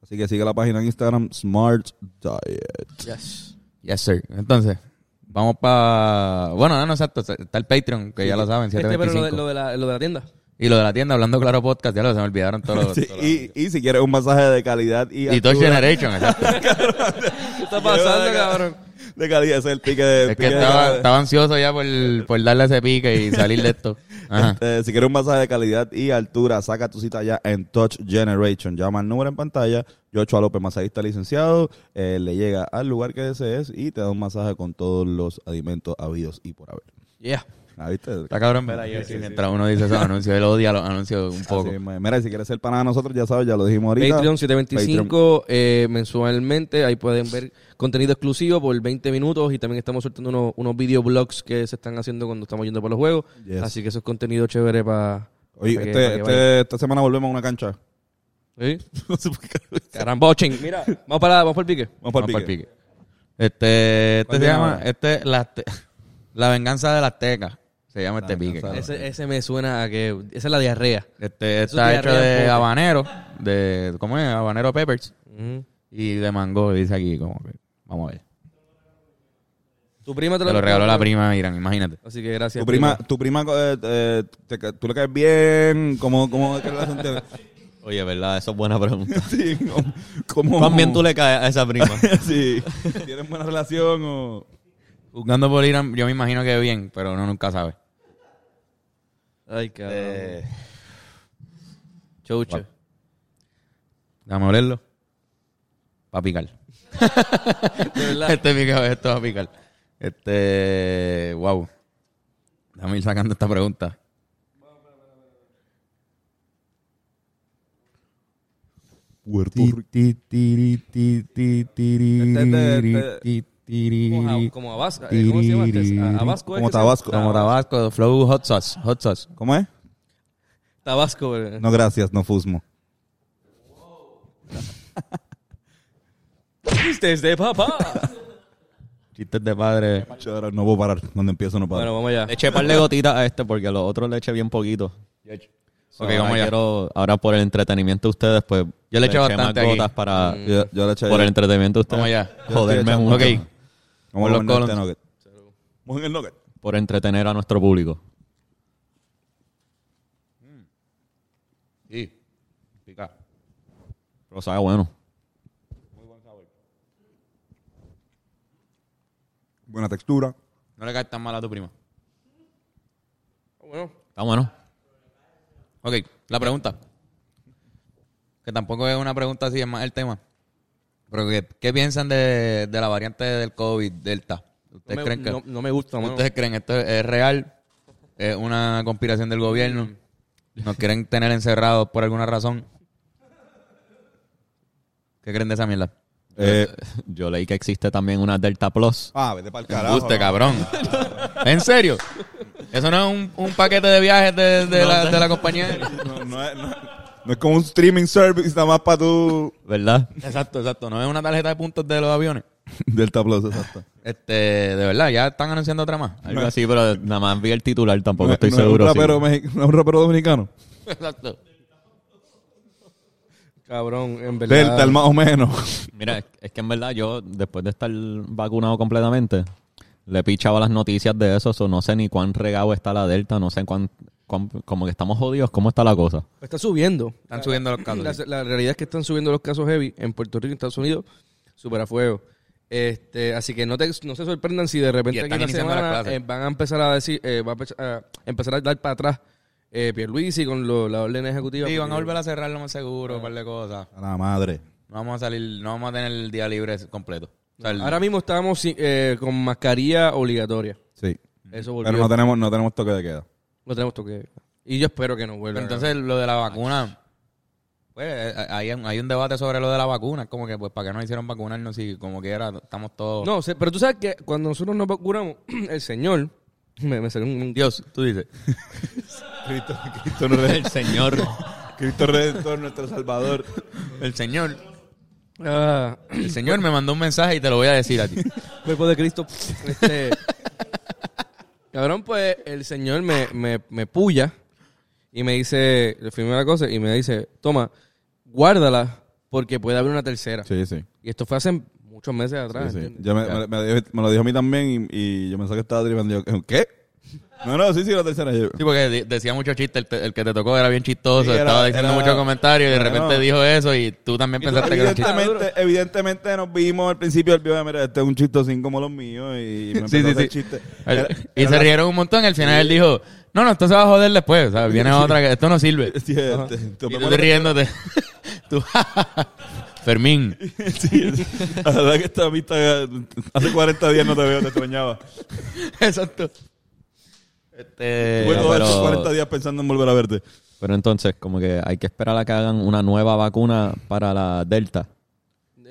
S2: Así que sigue la página en Instagram Smart Diet.
S3: Yes.
S1: Yes, sir. Entonces, vamos para... Bueno, no, no, exacto. Está el Patreon, que ya lo saben,
S3: Este, pero lo de,
S1: 725.
S3: lo, de la, lo de la tienda.
S1: Y lo de la tienda, Hablando Claro Podcast, ya lo se me olvidaron todos los...
S2: (laughs) Sí,
S1: todos los-
S2: y, y si quieres un masaje de calidad y,
S1: Y Touch
S2: altura,
S1: Generation, exacto.
S3: (laughs) ¿Qué está pasando,
S2: Yo-
S3: cabrón?
S2: de calidad, ese es el pique de...
S1: Es que
S2: pique de
S1: estaba,
S2: calidad.
S1: estaba ansioso ya por, por darle ese pique y salir de esto. Ajá.
S2: Este, si quieres un masaje de calidad y altura, saca tu cita ya en Touch Generation. Llama al número en pantalla, Yochoa López, masajista licenciado, eh, le llega al lugar que desees y te da un masaje con todos los alimentos habidos y por haber.
S3: Yeah.
S2: ¿Ah, viste?
S1: Está cabrón ver ahí mientras uno dice esos anuncios. Él odia los anuncios un poco.
S2: Así mismo es. Mira, y si quieres ser pana de nosotros, ya sabes, ya lo dijimos ahorita.
S3: Patreon 725 eh, mensualmente. Ahí pueden ver contenido exclusivo por 20 minutos y también estamos soltando unos, unos videoblogs que se están haciendo cuando estamos yendo para los juegos.
S2: Yes.
S3: Así que eso es contenido chévere para.
S2: Oye,
S3: para que-
S2: este-
S3: para que
S2: este- esta semana volvemos a una cancha. (laughs)
S3: vayan. ¿Sí? Caramboching. Mira, vamos para, vamos para el pique.
S2: Vamos para el
S1: Vamos pa'l pique.
S2: pique.
S1: Este, este
S2: ¿Cuál
S1: se
S2: viene
S1: llama,
S2: ahora?
S1: este, la, te- la venganza de las tecas. Se llama este
S2: La
S1: pique.
S2: venganza de-
S3: Ese, ese me suena a que. Esa es la diarrea.
S1: Este,
S3: Eso
S1: está
S3: te
S1: hecho
S3: arrea un
S1: de
S3: poco.
S1: habanero, de, ¿cómo es? Habanero peppers
S3: Ujú.
S1: y de mango, dice aquí, como que, vamos a ver.
S3: Tu prima te
S1: Te lo regaló la prima, Irán, imagínate.
S3: Así que gracias.
S2: Tu prima, tu prima, eh, eh, te ca- tú le caes bien, ¿cómo, cómo es que relación tienes?
S4: Oye, ¿verdad? Eso es buena pregunta.
S2: (laughs) Sí, ¿cómo- ¿cómo?
S4: ¿Cuán bien tú le caes a esa prima?
S2: (laughs) Sí, ¿tienes buena relación o...?
S1: Jugando por Irán, yo me imagino que bien, pero uno nunca sabe.
S3: Ay, cabrón.
S2: Eh,
S3: Choucho.
S1: Déjame olerlo. Va a (laughs) picar.
S3: De verdad.
S1: Este es mi cabeza, esto va a picar. Este. Wow. Déjame ir sacando esta pregunta.
S2: Puerto
S4: Ti, ti, tiri, ti, ti, tiri,
S2: Este es de-
S4: ti, tiri.
S3: Como, a- como a Vasco. eh, ¿Cómo se llama? este? A- a Vasco Ah, es
S2: Como
S3: que se-
S2: Tabasco.
S1: Como Tabasco, Flow Hot Sauce. Hot Sauce.
S2: ¿Cómo es?
S3: Tabasco. eh.
S2: No, gracias, no fusmo.
S3: Chistes
S2: (laughs)
S3: de papá.
S1: Chistes de padre.
S2: Yo ahora no puedo parar, cuando empiezo no paro.
S3: bueno, vamos allá.
S4: Le eché par de gotitas a este porque a los otros le eché bien poquito. So,
S1: Ok,
S4: ahora
S1: vamos allá.
S4: quiero- ahora por el entretenimiento de ustedes, pues.
S1: Yo le eché
S4: más
S1: bastante aquí.
S4: gotas para.
S2: yo, yo le eché...
S4: Por el entretenimiento de ustedes.
S1: Vamos allá.
S4: Joderme
S2: estoy
S4: mucho.
S1: Ok.
S2: Vamos a
S1: Por los
S2: comer este
S1: colons.
S2: nugget. Mojen el nugget.
S4: Por entretener a nuestro público.
S1: Sí. Pica.
S4: Pero sabe bueno.
S2: Buena textura.
S1: No le caes tan mal a tu prima.
S3: Bueno,
S4: Está bueno. (laughs)
S1: Ok, la pregunta. Que tampoco es una pregunta así, es más el tema. Pero, que- ¿qué piensan de, de la variante del COVID, Delta?
S3: no
S1: ¿Ustedes
S3: me,
S1: creen que.?
S3: no, no me gusta, mano.
S1: ¿Ustedes creen esto es real? ¿Es una conspiración del gobierno? ¿Nos quieren tener encerrados por alguna razón? ¿Qué creen de esa mierda?
S2: Eh,
S4: Yo leí que existe también una Delta Plus.
S2: ah, vete para el carajo.
S1: Usted,
S2: ¿no?
S1: cabrón. ¿En serio? Eso no es un, un paquete de viajes de, de la, de la compañía.
S2: No, no es, no- no es como un streaming service nada más para tu
S4: ¿Verdad?
S1: Exacto, exacto. No es una tarjeta de puntos de los aviones.
S2: Delta Plus, exacto.
S1: Este, de verdad, ya están anunciando otra más.
S4: Algo así, pero nada más vi el titular, tampoco
S2: No-
S4: estoy
S2: no es
S4: seguro.
S2: Un
S4: sí.
S2: rapero, mexi- no es un rapero dominicano.
S1: Exacto.
S3: Cabrón, en verdad.
S2: Delta, el más o menos.
S4: Mira, es- es que en verdad yo, después de estar vacunado completamente, le pichaba las noticias de eso, so no sé ni cuán regado está la Delta, no sé cuán, cuán- como que estamos jodidos, cómo está la cosa.
S3: Está subiendo.
S1: Están subiendo los
S3: La,
S1: casos. sí.
S3: la realidad es que están subiendo los casos heavy en Puerto Rico y Estados Unidos, súper a fuego. Este, así que no, te, no se sorprendan si de repente
S1: Y
S3: aquí
S1: están
S3: una
S1: iniciando las
S3: semana
S1: clases.
S3: eh, van a empezar a decir, eh, va a empezar a, empezar a dar para atrás eh, Pierluisi con lo- la orden ejecutiva.
S1: Sí, van a
S3: porque-
S1: volver a cerrar lo más seguro, un par de cosas.
S2: A la madre.
S1: No vamos a salir, no vamos a tener el día libre completo. O sea, el-
S3: Ahora mismo estábamos sin- eh, con mascarilla obligatoria.
S2: Sí.
S3: Eso volvió.
S2: Pero no tenemos, no tenemos toque de queda.
S3: Lo tenemos toque. Y yo espero que no vuelva.
S1: entonces, lo de la vacuna, pues eh, hay, un- hay un debate sobre lo de la vacuna. Es como que, pues, ¿para qué nos hicieron vacunarnos si como quiera estamos todos...
S3: No, se- pero tú sabes que cuando nosotros nos vacunamos, (clears throat) el señor me, me salió un, un-
S1: Dios, tú dices.
S2: Cristo, Cristo, Redentor,
S4: El señor.
S2: Cristo Redentor, nuestro Salvador.
S1: El Señor,
S3: Ah, (clears throat)
S1: el Señor me mandó un mensaje y te lo voy a decir a ti.
S3: cuerpo de Cristo. Este, cabrón, pues el señor me, me, me puya y me dice, le firmé la cosa y me dice, toma, guárdala porque puede haber una tercera.
S2: Sí, sí.
S3: Y esto fue hace muchos meses atrás.
S2: Sí, sí.
S3: ¿entiendes?
S2: Ya me, me- me- me lo dijo a mí también y, y yo pensaba que estaba dribando. Y yo, ¿Qué? No, no, sí, sí, la tercera. Yo,
S1: Sí, porque de- decía mucho chiste, el, te- el que te tocó era bien chistoso,
S2: Sí, era-
S1: estaba diciendo
S2: era-
S1: muchos comentarios y de
S2: Bueno.
S1: repente dijo eso y tú también pensaste que era un chiste.
S2: evidentemente, evidentemente nos vimos al principio del video. Mira, este es un chistosín como los míos. Y me
S1: Sí,
S2: empezó a
S1: sí,
S2: hacer
S1: sí.
S2: chiste.
S1: El-
S2: Era-
S1: y
S2: era
S1: se
S2: la-
S1: rieron un montón. Al final él dijo, no, no, esto se va a joder después. O sea, viene otra que esto no sirve.
S2: Sí, este, tú
S1: Y
S2: me
S1: tú te
S2: acuerdas-
S1: riéndote. (laughs) Tú, Fermín.
S2: Sí, sí. la verdad que esta vista hace 40 días no te veo, te extrañaba.
S3: (laughs)
S1: Exacto. Este,
S2: Tuve todos
S4: pero-
S2: estos 40 días pensando en volver a verte.
S4: Pero entonces, como que hay que esperar a que hagan una nueva vacuna para la Delta.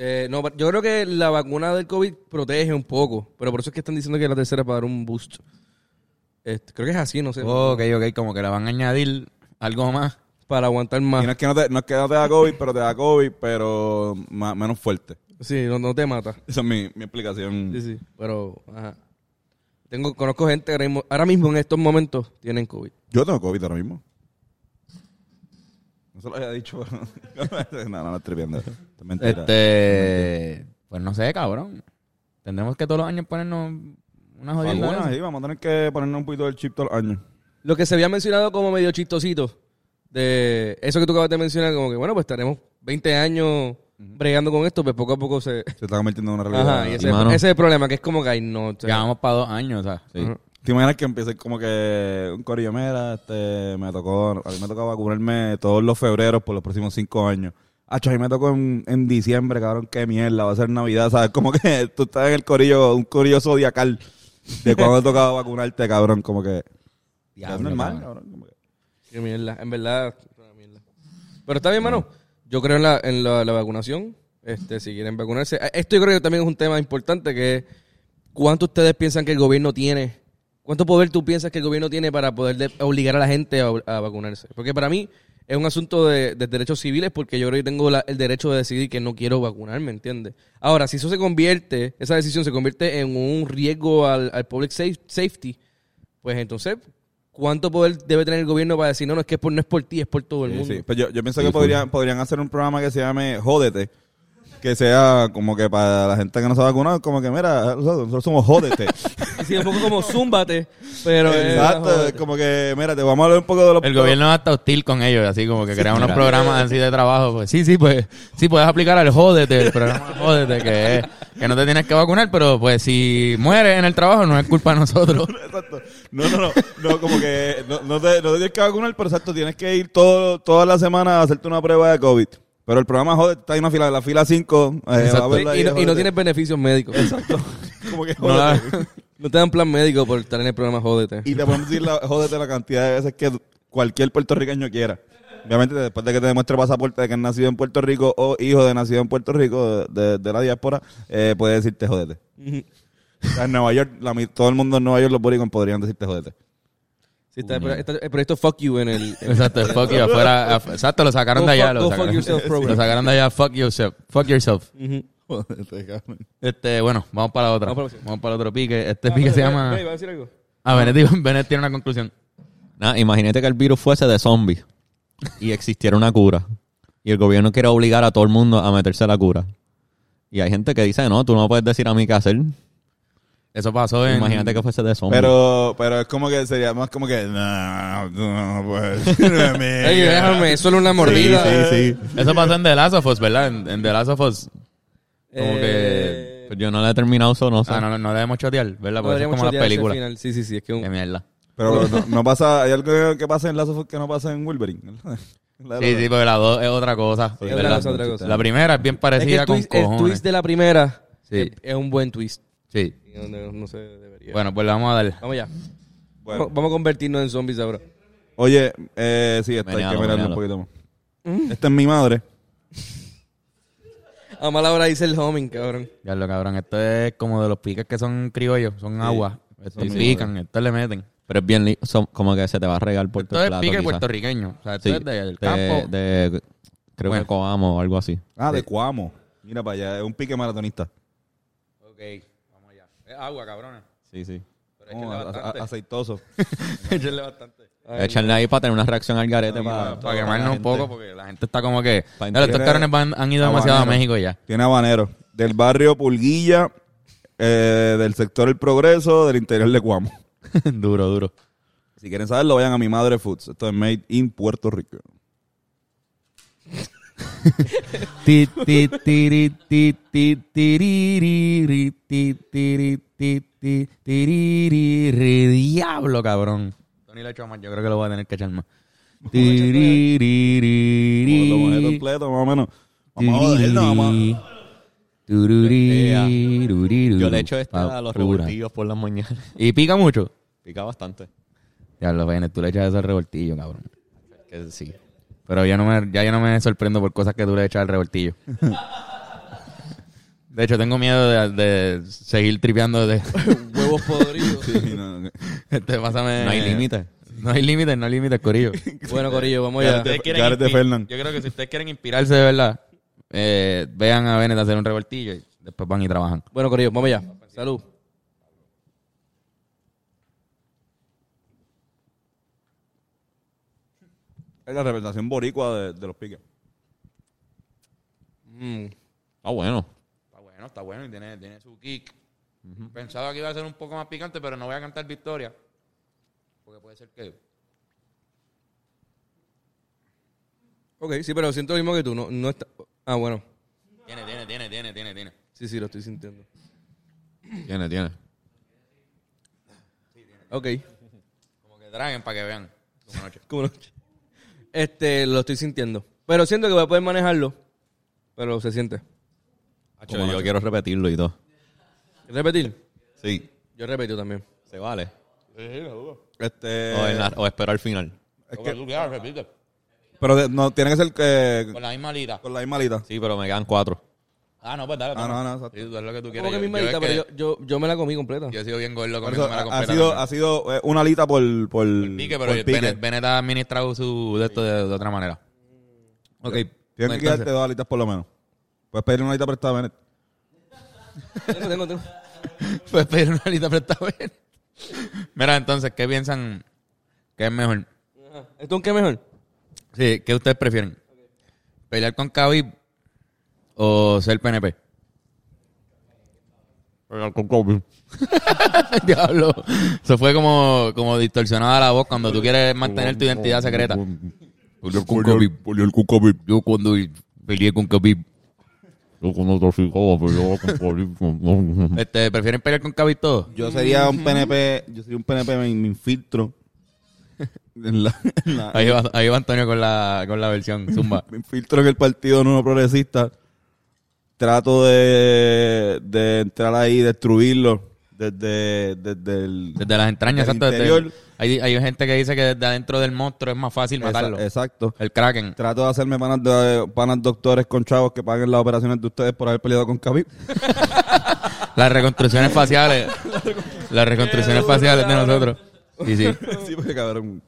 S3: Eh, no, yo creo que la vacuna del COVID protege un poco, pero por eso es que están diciendo que la tercera es para dar un boost. Este, creo que es así, no sé.
S1: Oh, ok, ok, como que la van a añadir algo más.
S3: Para aguantar
S2: Y no
S3: más.
S2: es, que no, te, no es que no te da COVID, pero te da COVID, pero ma- menos fuerte.
S3: Sí, no, no te mata.
S2: Esa es mi, mi explicación.
S3: Sí, sí. Pero, ajá. Tengo, conozco gente que ahora mismo, ahora mismo en estos momentos tienen COVID.
S2: Yo tengo COVID ahora mismo. No se lo había dicho, pero... (laughs) no, no, no estoy viendo. Esto es mentira.
S1: Este, pues no sé, cabrón. Tendremos que todos los años ponernos una jodida.
S2: Vacuna,
S1: de
S2: Ah, sí, vamos a tener que ponernos un poquito del chip todos los años.
S3: Lo que se había mencionado como medio chistosito, de eso que tú acabas de mencionar, como que, bueno, pues estaremos 20 años bregando con esto, pues poco a poco se...
S2: Se está convirtiendo en una realidad.
S3: Ajá, y ese,
S4: mano.
S3: ese es el problema, que es como que, ay, no, o
S1: esas.
S3: sea,
S1: Ya vamos para dos años, o sea.
S2: Sí. ¿Te imaginas que empiece como que un corillo, mira, este, me tocó, a mí me tocó vacunarme todos los febreros por los próximos cinco años. Ah, a mí me tocó en, en diciembre, cabrón, qué mierda, va a ser Navidad, ¿sabes? Como que (laughs) tú estás en el corillo, un corillo zodiacal de cuando te tocaba vacunarte, cabrón, como que... es
S1: Diablo,
S2: normal,
S1: cabrón.
S2: cabrón, como que-
S3: Qué mierda, en verdad. una mierda. Pero está bien, mano. Yo creo en la, en la, la vacunación. Este, si quieren vacunarse. Eh, Esto yo creo que también es un tema importante que es cuánto ustedes piensan que el gobierno tiene. ¿Cuánto poder tú piensas que el gobierno tiene para poder de- obligar a la gente a, a vacunarse? Porque para mí es un asunto de, de derechos civiles porque yo creo que tengo la- el derecho de decidir que no quiero vacunarme, ¿entiendes? Ahora, si eso se convierte, esa decisión se convierte en un riesgo al, al public safe- safety, pues entonces, ¿cuánto poder debe tener el gobierno para decir, no, no, es que es por- no es por ti, es por todo el
S2: Sí,
S3: mundo?
S2: sí. Pues yo, yo pienso
S4: Sí,
S2: que
S4: full.
S2: podrían, podrían hacer un programa que se llame Jódete. Que sea como que para la gente que no se ha vacunado, como que mira, nosotros, nosotros somos Jódete.
S3: Y sí, un poco como zúmbate, pero... eh,
S2: Exacto,
S3: joder.
S2: como que mira, te vamos a hablar un poco de los
S1: El gobierno hasta hostil con ellos, así como que crea unos programas así de trabajo. Pues sí, sí, pues sí, puedes aplicar al jódete, el programa jódete, que, es que no te tienes que vacunar, pero pues si mueres en el trabajo no es culpa de nosotros.
S2: Exacto. No, no, no. No, como que no, no te, no te tienes que vacunar, pero exacto, tienes que ir todo, toda la semana a hacerte una prueba de COVID. Pero el programa, joder, está en una fila, la fila eh, 5.
S3: y, no, y no tienes beneficios médicos.
S2: Como que,
S1: No la-
S2: jódete.
S3: (laughs) No te dan plan médico por estar en el programa Jódete.
S2: Y te podemos decir,
S1: (laughs)
S2: la, jódete la cantidad de veces que cualquier puertorriqueño quiera. Obviamente, después de que te demuestre pasaporte de que has nacido en Puerto Rico o hijo de nacido en Puerto Rico de, de- de la diáspora, eh, puede decirte jódete. O sea, en Nueva York, la mi- todo el mundo en Nueva York, los boricos podrían decirte jódete.
S3: Sí, está- está- el proyecto Fuck You en el.
S1: Exacto, el fuck you afuera. af- Exacto, lo sacaron de
S3: Go
S1: allá.
S3: fuck-
S1: Lo
S3: go
S1: sacaron,
S3: fuck yourself
S1: (laughs)
S3: program.
S1: lo sacaron de allá. Fuck yourself. Fuck yourself.
S3: Ujú.
S2: Joder, te cago en-
S1: Este, bueno, vamos para la otra.
S3: Vamos para la
S1: Vamos para,
S3: próxima. Ah,
S1: el otro pique. Este pique se llama.
S3: Ey, ¿vas a decir algo?
S1: Ah, Benet, digo, Benet tiene una conclusión.
S4: Nada, imagínate que el virus fuese de zombies y existiera una cura. Y el gobierno quiere obligar a todo el mundo a meterse a la cura. Y hay gente que dice, no, tú no puedes decir a mí qué hacer.
S1: Eso pasó en.
S4: Imagínate que fuese de zombies.
S2: Pero, pero es como que sería más como que. No, no,
S1: (laughs)
S2: pues.
S1: Eh,
S3: Ey, déjame, solo una mordida.
S2: Sí, sí, sí.
S1: Eso pasó en The Last of Us, ¿verdad? En, en The Last of Us. Como
S3: Eh,
S1: Pues
S4: Pero yo no la he terminado, eso no sé.
S1: Ah, no, no, no debemos chotear, ¿verdad? Porque eso pues, es
S3: podríamos
S1: como las
S3: chotear ese
S1: películas.
S3: final. Sí, sí, sí. Es que un-
S1: Qué mierda.
S2: Pero no, no pasa. Hay algo que pasa en Lazo que no pasa en Wolverine. La-
S1: Sí, sí, pero la dos es otra cosa.
S3: otra
S1: ¿verdad?
S3: cosa, otra cosa.
S1: La primera es bien
S3: es que
S1: parecida
S3: el
S1: con
S3: twist, el
S1: cojones.
S3: twist de la primera
S1: Sí.
S3: es, es un buen twist.
S1: Sí.
S3: No, no- no se debería.
S1: Bueno, pues le vamos a dar.
S3: Vamos ya.
S2: Bueno.
S3: Vamos- Vamos a convertirnos en zombies ahora.
S2: Oye, eh, sí, esta hay que
S4: Menealo,
S2: mirarla un
S4: menealo.
S2: poquito más. Esta es mi madre.
S3: A mala hora dice el homing, cabrón.
S1: Ya lo cabrón, esto es como de los piques que son criollos, son agua. Estos
S4: Sí, sí.
S1: pican, estos le meten.
S4: Pero es bien, li- son- como que se te va a regar por tu
S1: Esto es
S4: plato.
S1: pique
S4: quizás.
S1: puertorriqueño. O sea, esto
S4: Sí,
S1: es del
S4: de-
S1: campo.
S4: de- creo
S1: Bueno.
S4: que Coamo o algo así.
S2: Ah, de Cuamo. Mira para allá, es un pique maratonista.
S1: Ok, vamos allá. Es agua, (laughs) cabrones.
S4: Sí, sí.
S2: Oh, a- a- aceitoso.
S1: Echenle bastante.
S4: Echarle ahí para tener una reacción al garete.
S1: Para,
S4: para,
S1: quemarnos un poco, porque la gente está como que.
S4: Pa'
S1: Claro, estos
S2: entender-
S1: cabrones van- han ido demasiado a México ya.
S2: Tiene habanero. Del barrio Pulguilla, eh, del sector El Progreso, del interior de Cuamo.
S1: (laughs) duro, duro.
S2: Si quieren saberlo, vayan a mi madre Foods. Esto es Made in Puerto Rico.
S1: Ti, ti, tiri, ti, ti, tiririri, ti, tiri, ti, ti, tiririri. Diablo, cabrón. Tony le ha hecho más, yo creo que lo voy a tener que echar más.
S2: Como lo mojé
S1: Tiririri.
S2: completo, más o menos. Vamos a jodernos, vamos a-
S1: Tururi, tururiru.
S4: Yo le echo esto a los
S1: Basura.
S4: revoltillos por las mañanas. (laughs)
S1: Y pica mucho.
S4: Pica bastante.
S1: Ya lo ven, tú le echas eso al revoltillo, cabrón. Que sí. Pero ya no me, ya yo no me sorprendo por cosas que tú le echas al
S4: (laughs)
S1: revoltillo. De hecho, tengo miedo de, de seguir tripeando
S4: (laughs)
S1: de (laughs)
S3: Huevos podridos.
S2: Sí, no, no.
S1: este, pásame.
S4: No hay límite.
S1: No hay límites, no hay límites,
S4: (laughs)
S1: Corillo.
S3: Bueno, Corillo, vamos
S1: Si
S3: ya.
S1: ustedes quieren
S2: Gareth
S1: inspi-
S2: Fernan.
S1: Yo creo que si ustedes quieren inspirarse de verdad, eh, vean a Bennett hacer un revoltillo y después van y trabajan.
S3: Bueno, Corillo, vamos ya. Salud.
S2: Es la representación boricua de, de los piques.
S3: Mm.
S4: Ah, bueno.
S1: Está bueno, está bueno y tiene, tiene su kick. Pensaba que iba a ser un poco más picante, pero no voy a cantar victoria. Porque puede ser que.
S3: Ok, sí, pero siento lo mismo que tú. No, no está... Ah, bueno.
S1: Tiene, tiene, tiene, tiene, tiene, tiene.
S3: Sí, sí, lo estoy sintiendo.
S4: Tiene, tiene.
S3: Ok.
S1: Como que traguen para que vean. Como noche.
S3: ¿Cómo no? Este, lo estoy sintiendo. Pero siento que voy a poder manejarlo. Pero se siente.
S4: Como yo quiero repetirlo y todo.
S3: ¿Repetir?
S4: Sí.
S3: Yo repito también.
S4: ¿Se vale?
S2: Este,
S4: O, en la- o espero al final.
S2: es que- pero de- no, tiene que ser eh,
S1: Con la misma lira.
S2: con la misma lita.
S4: Sí, pero me quedan cuatro.
S1: Ah, no, pues dale.
S2: Ah, no, no, exacto.
S1: Sí, tú haz lo que tú
S3: Como
S1: quieras.
S3: que
S1: Yo-
S3: misma
S1: yo
S3: lista,
S1: es
S3: pero
S1: que-
S3: yo, yo, yo me la comí completa.
S1: Yo he sido bien gordo
S2: Por
S1: comiendo
S2: eso,
S1: la
S2: ha, ha
S1: completa.
S2: sido,
S1: también.
S2: ha sido eh, una lita por, por,
S1: Por pique, pero
S2: por
S1: Bennett, Bennett ha administrado su de esto de, de otra manera. Ok.
S2: Tienes que
S1: entonces-
S2: quedarte dos alitas por lo menos. Puedes pedir una alita prestada, Bennett.
S3: Tengo, tengo, tengo.
S1: (laughs) Puedes pedir una lista prestada. (laughs) Bennett. Mira, entonces, ¿qué piensan que es mejor?
S3: Ajá. ¿Esto es un qué mejor?
S1: Sí, ¿qué ustedes prefieren? ¿Pelear con Khabib o ser (laughs) PNP?
S4: Pelear con COVID.
S1: Diablo. Se fue como, como distorsionada la voz cuando tú quieres mantener tu identidad secreta. Pelear con Khabib.
S4: Pelear con COVID.
S1: Yo cuando peleé con Khabib.
S4: Yo con otro pero yo con COVID. (laughs)
S1: Este, ¿Prefieren pelear con Khabib todos?
S2: Yo sería un PNP, yo sería un PNP, me, me infiltro. En la- en la-
S1: Ahí va, ahí va Antonio con la, con la versión Zumba.
S2: me infiltro en el partido no progresista. Trato de, de entrar ahí, destruirlo desde, desde el...
S1: Desde las entrañas,
S2: Del
S1: exacto. desde-
S2: interior.
S1: hay, hay gente que dice que desde adentro del monstruo es más fácil matarlo.
S2: Esa- Exacto.
S1: El Kraken.
S2: Trato de hacerme panas, de- panas doctores con chavos que paguen las operaciones de ustedes por haber peleado con Khabib. (laughs)
S1: Las reconstrucciones faciales. las reconstrucciones faciales de nosotros. Sí, sí.
S2: (laughs) sí, porque cabrón.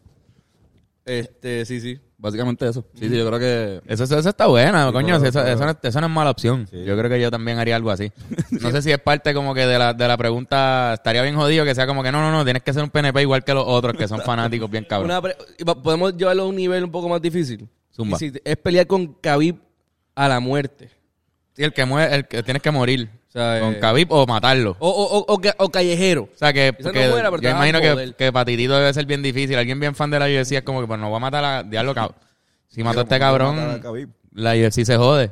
S3: Este, sí, sí.
S2: Básicamente eso. Sí, sí, yo creo que.
S1: Eso, eso, eso está bueno, coño.
S2: claro,
S1: eso,
S2: claro.
S1: eso no, eso no es mala opción. Yo creo que yo también haría algo
S3: (laughs)
S1: así. No sé si es parte como que de la, de la pregunta. Estaría bien jodido que sea como que no, no, no. Tienes que ser un PNP igual que los otros que son fanáticos bien cabros.
S3: Una pre- y va- Podemos llevarlo a un nivel un poco más difícil.
S1: Zumba.
S3: Y si te- es pelear con Khabib a la muerte.
S1: Sí, el que muere, el que tienes que morir.
S3: O sea,
S1: con
S3: eh,
S1: Khabib o matarlo.
S3: O, o, o, o ca- o callejero.
S1: O sea que,
S3: Quizás no
S1: que
S3: muera, pero
S1: yo
S3: te vas a
S1: imagino que,
S3: joder.
S1: que para Titito debe ser bien difícil. Alguien bien fan de la UFC es como que pues no va a matar a diablo cabrón. Si mato a este
S2: matar a
S1: cabrón,
S2: Khabib.
S1: la UFC se jode.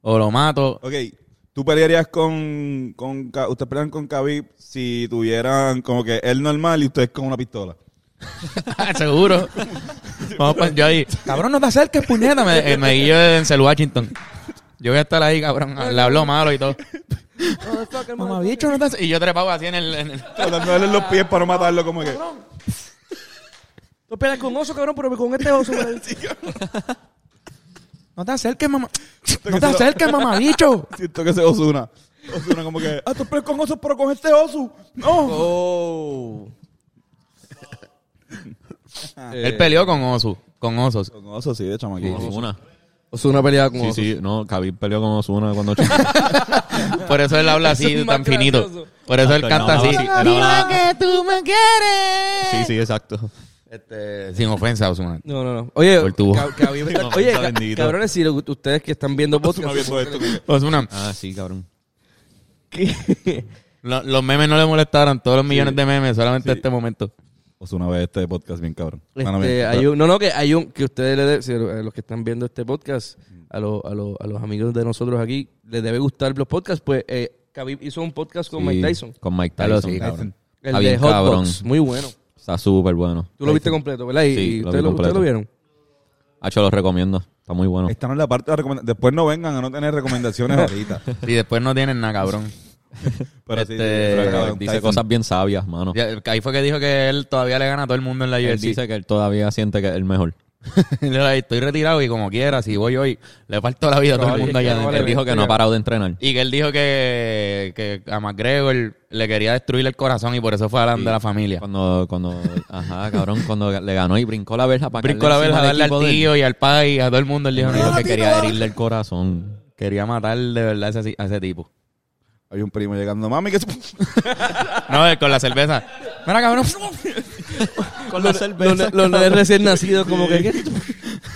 S1: O lo mato.
S2: Ok, tú pelearías con. con Ka- ustedes pelean con Khabib si tuvieran como que él normal y ustedes con una pistola.
S1: (laughs) Seguro. Vamos pa- yo ahí. Cabrón, no te acerques, puñeta. Me, eh, me guillo de Denzel Washington. Yo voy a estar ahí, cabrón. Le hablo malo y todo. Mamá, bicho, no te acer- Y yo trepado así en el. en el-
S2: Dándole los pies para no matarlo como que.
S3: Tú peleas con oso, cabrón, pero con este oso.
S1: No te acerques, mamá. No te acerques, mamá, bicho.
S2: (laughs) Siento que se Osuna. Osuna como que. Ah, tú peleas con osos, pero con este oso. No.
S3: oh.
S1: Él peleó con osos. Con osos.
S2: Con osos, sí, de chamaquito.
S4: Osuna.
S3: Osuna peleada con
S4: Sí,
S3: oso.
S4: sí, no, Khabib peleó con Osuna
S3: (laughs)
S4: cuando chiquito.
S1: Por eso él habla
S3: Eso es
S1: así,
S3: más
S1: tan finito.
S3: gracioso.
S1: Por eso él
S4: Exacto,
S1: canta así.
S4: él hablaba así, él hablaba-
S1: que tú me quieres.
S4: Sí, sí, exacto.
S1: Este, sin ofensa, Osuna.
S3: No, no, no. Oye,
S1: Por tu voz. (laughs)
S3: ca- Khabib está-
S4: Mamá,
S3: oye
S4: está
S3: ca-
S4: bendito.
S3: cabrones, si lo- ustedes que están viendo
S2: Osuna
S3: podcast,
S2: viendo esto. como que,
S1: Osuna,
S4: Ah, sí, cabrón.
S3: (laughs) que-
S1: lo- los memes no le molestaron. Todos los millones de memes, solamente este momento.
S2: Osuna ve este podcast bien cabrón. Mano
S3: Este,
S2: mía.
S3: hay un- no, no, que hay un que ustedes le de- si a lo- a los que están viendo este podcast,
S4: Mm.
S3: a, los- a, los- a los amigos de nosotros aquí, les debe gustar los podcasts. Pues eh, Khabib hizo un podcast con Mike Tyson,
S4: Con Mike
S1: Claro,
S4: Tyson.
S1: sí, cabrón.
S4: cabrón.
S3: el
S4: Está
S3: de
S4: bien, cabrón.
S3: Hotbox, muy bueno.
S4: Está súper bueno.
S3: Tú lo viste completo, ¿verdad? Y,
S4: Sí,
S3: y
S4: lo vi
S3: ustedes, lo,
S4: completo.
S3: ustedes lo vieron.
S4: Hacho, lo recomiendo. Está muy
S3: Este,
S4: bueno.
S2: Esta no es la parte de recomendaciones. Después no vengan a no tener recomendaciones ahorita.
S1: Y después no tienen nada, cabrón.
S2: Pero sí, sí,
S1: Este,
S2: pero cabrón,
S4: Dice
S2: Tyson.
S4: cosas bien sabias, mano.
S1: (laughs) Ya, ahí fue que dijo que él todavía le gana a todo el mundo en la
S4: Él
S1: UFC. (laughs)
S4: dice que él todavía siente que es el mejor.
S1: Estoy retirado y como quiera, si voy hoy, le falto la vida a todo el
S3: Probable,
S1: mundo
S3: es que
S1: allá.
S3: no
S1: adentro.
S3: vale
S4: Él dijo que no ha parado de entrenar.
S1: Y que él dijo que, que a McGregor le quería destruir el corazón y por eso fue a la, de la familia.
S4: Cuando, cuando, ajá, cabrón, cuando le ganó y brincó la verja para
S1: Brincó la verja a darle al tío y al padre y a todo el mundo. Él dijo,
S4: Dijo
S1: no, yo
S4: que quería herirle el corazón.
S1: Quería matar de verdad a ese, a ese tipo.
S2: Hay un primo llegando. Mami, que.
S1: No, eh, con la cerveza. Mira,
S3: (laughs)
S1: cabrón.
S4: Con
S3: Los, los- los nenes
S4: (laughs)
S3: recién nacidos, como que. ¿qué? (laughs)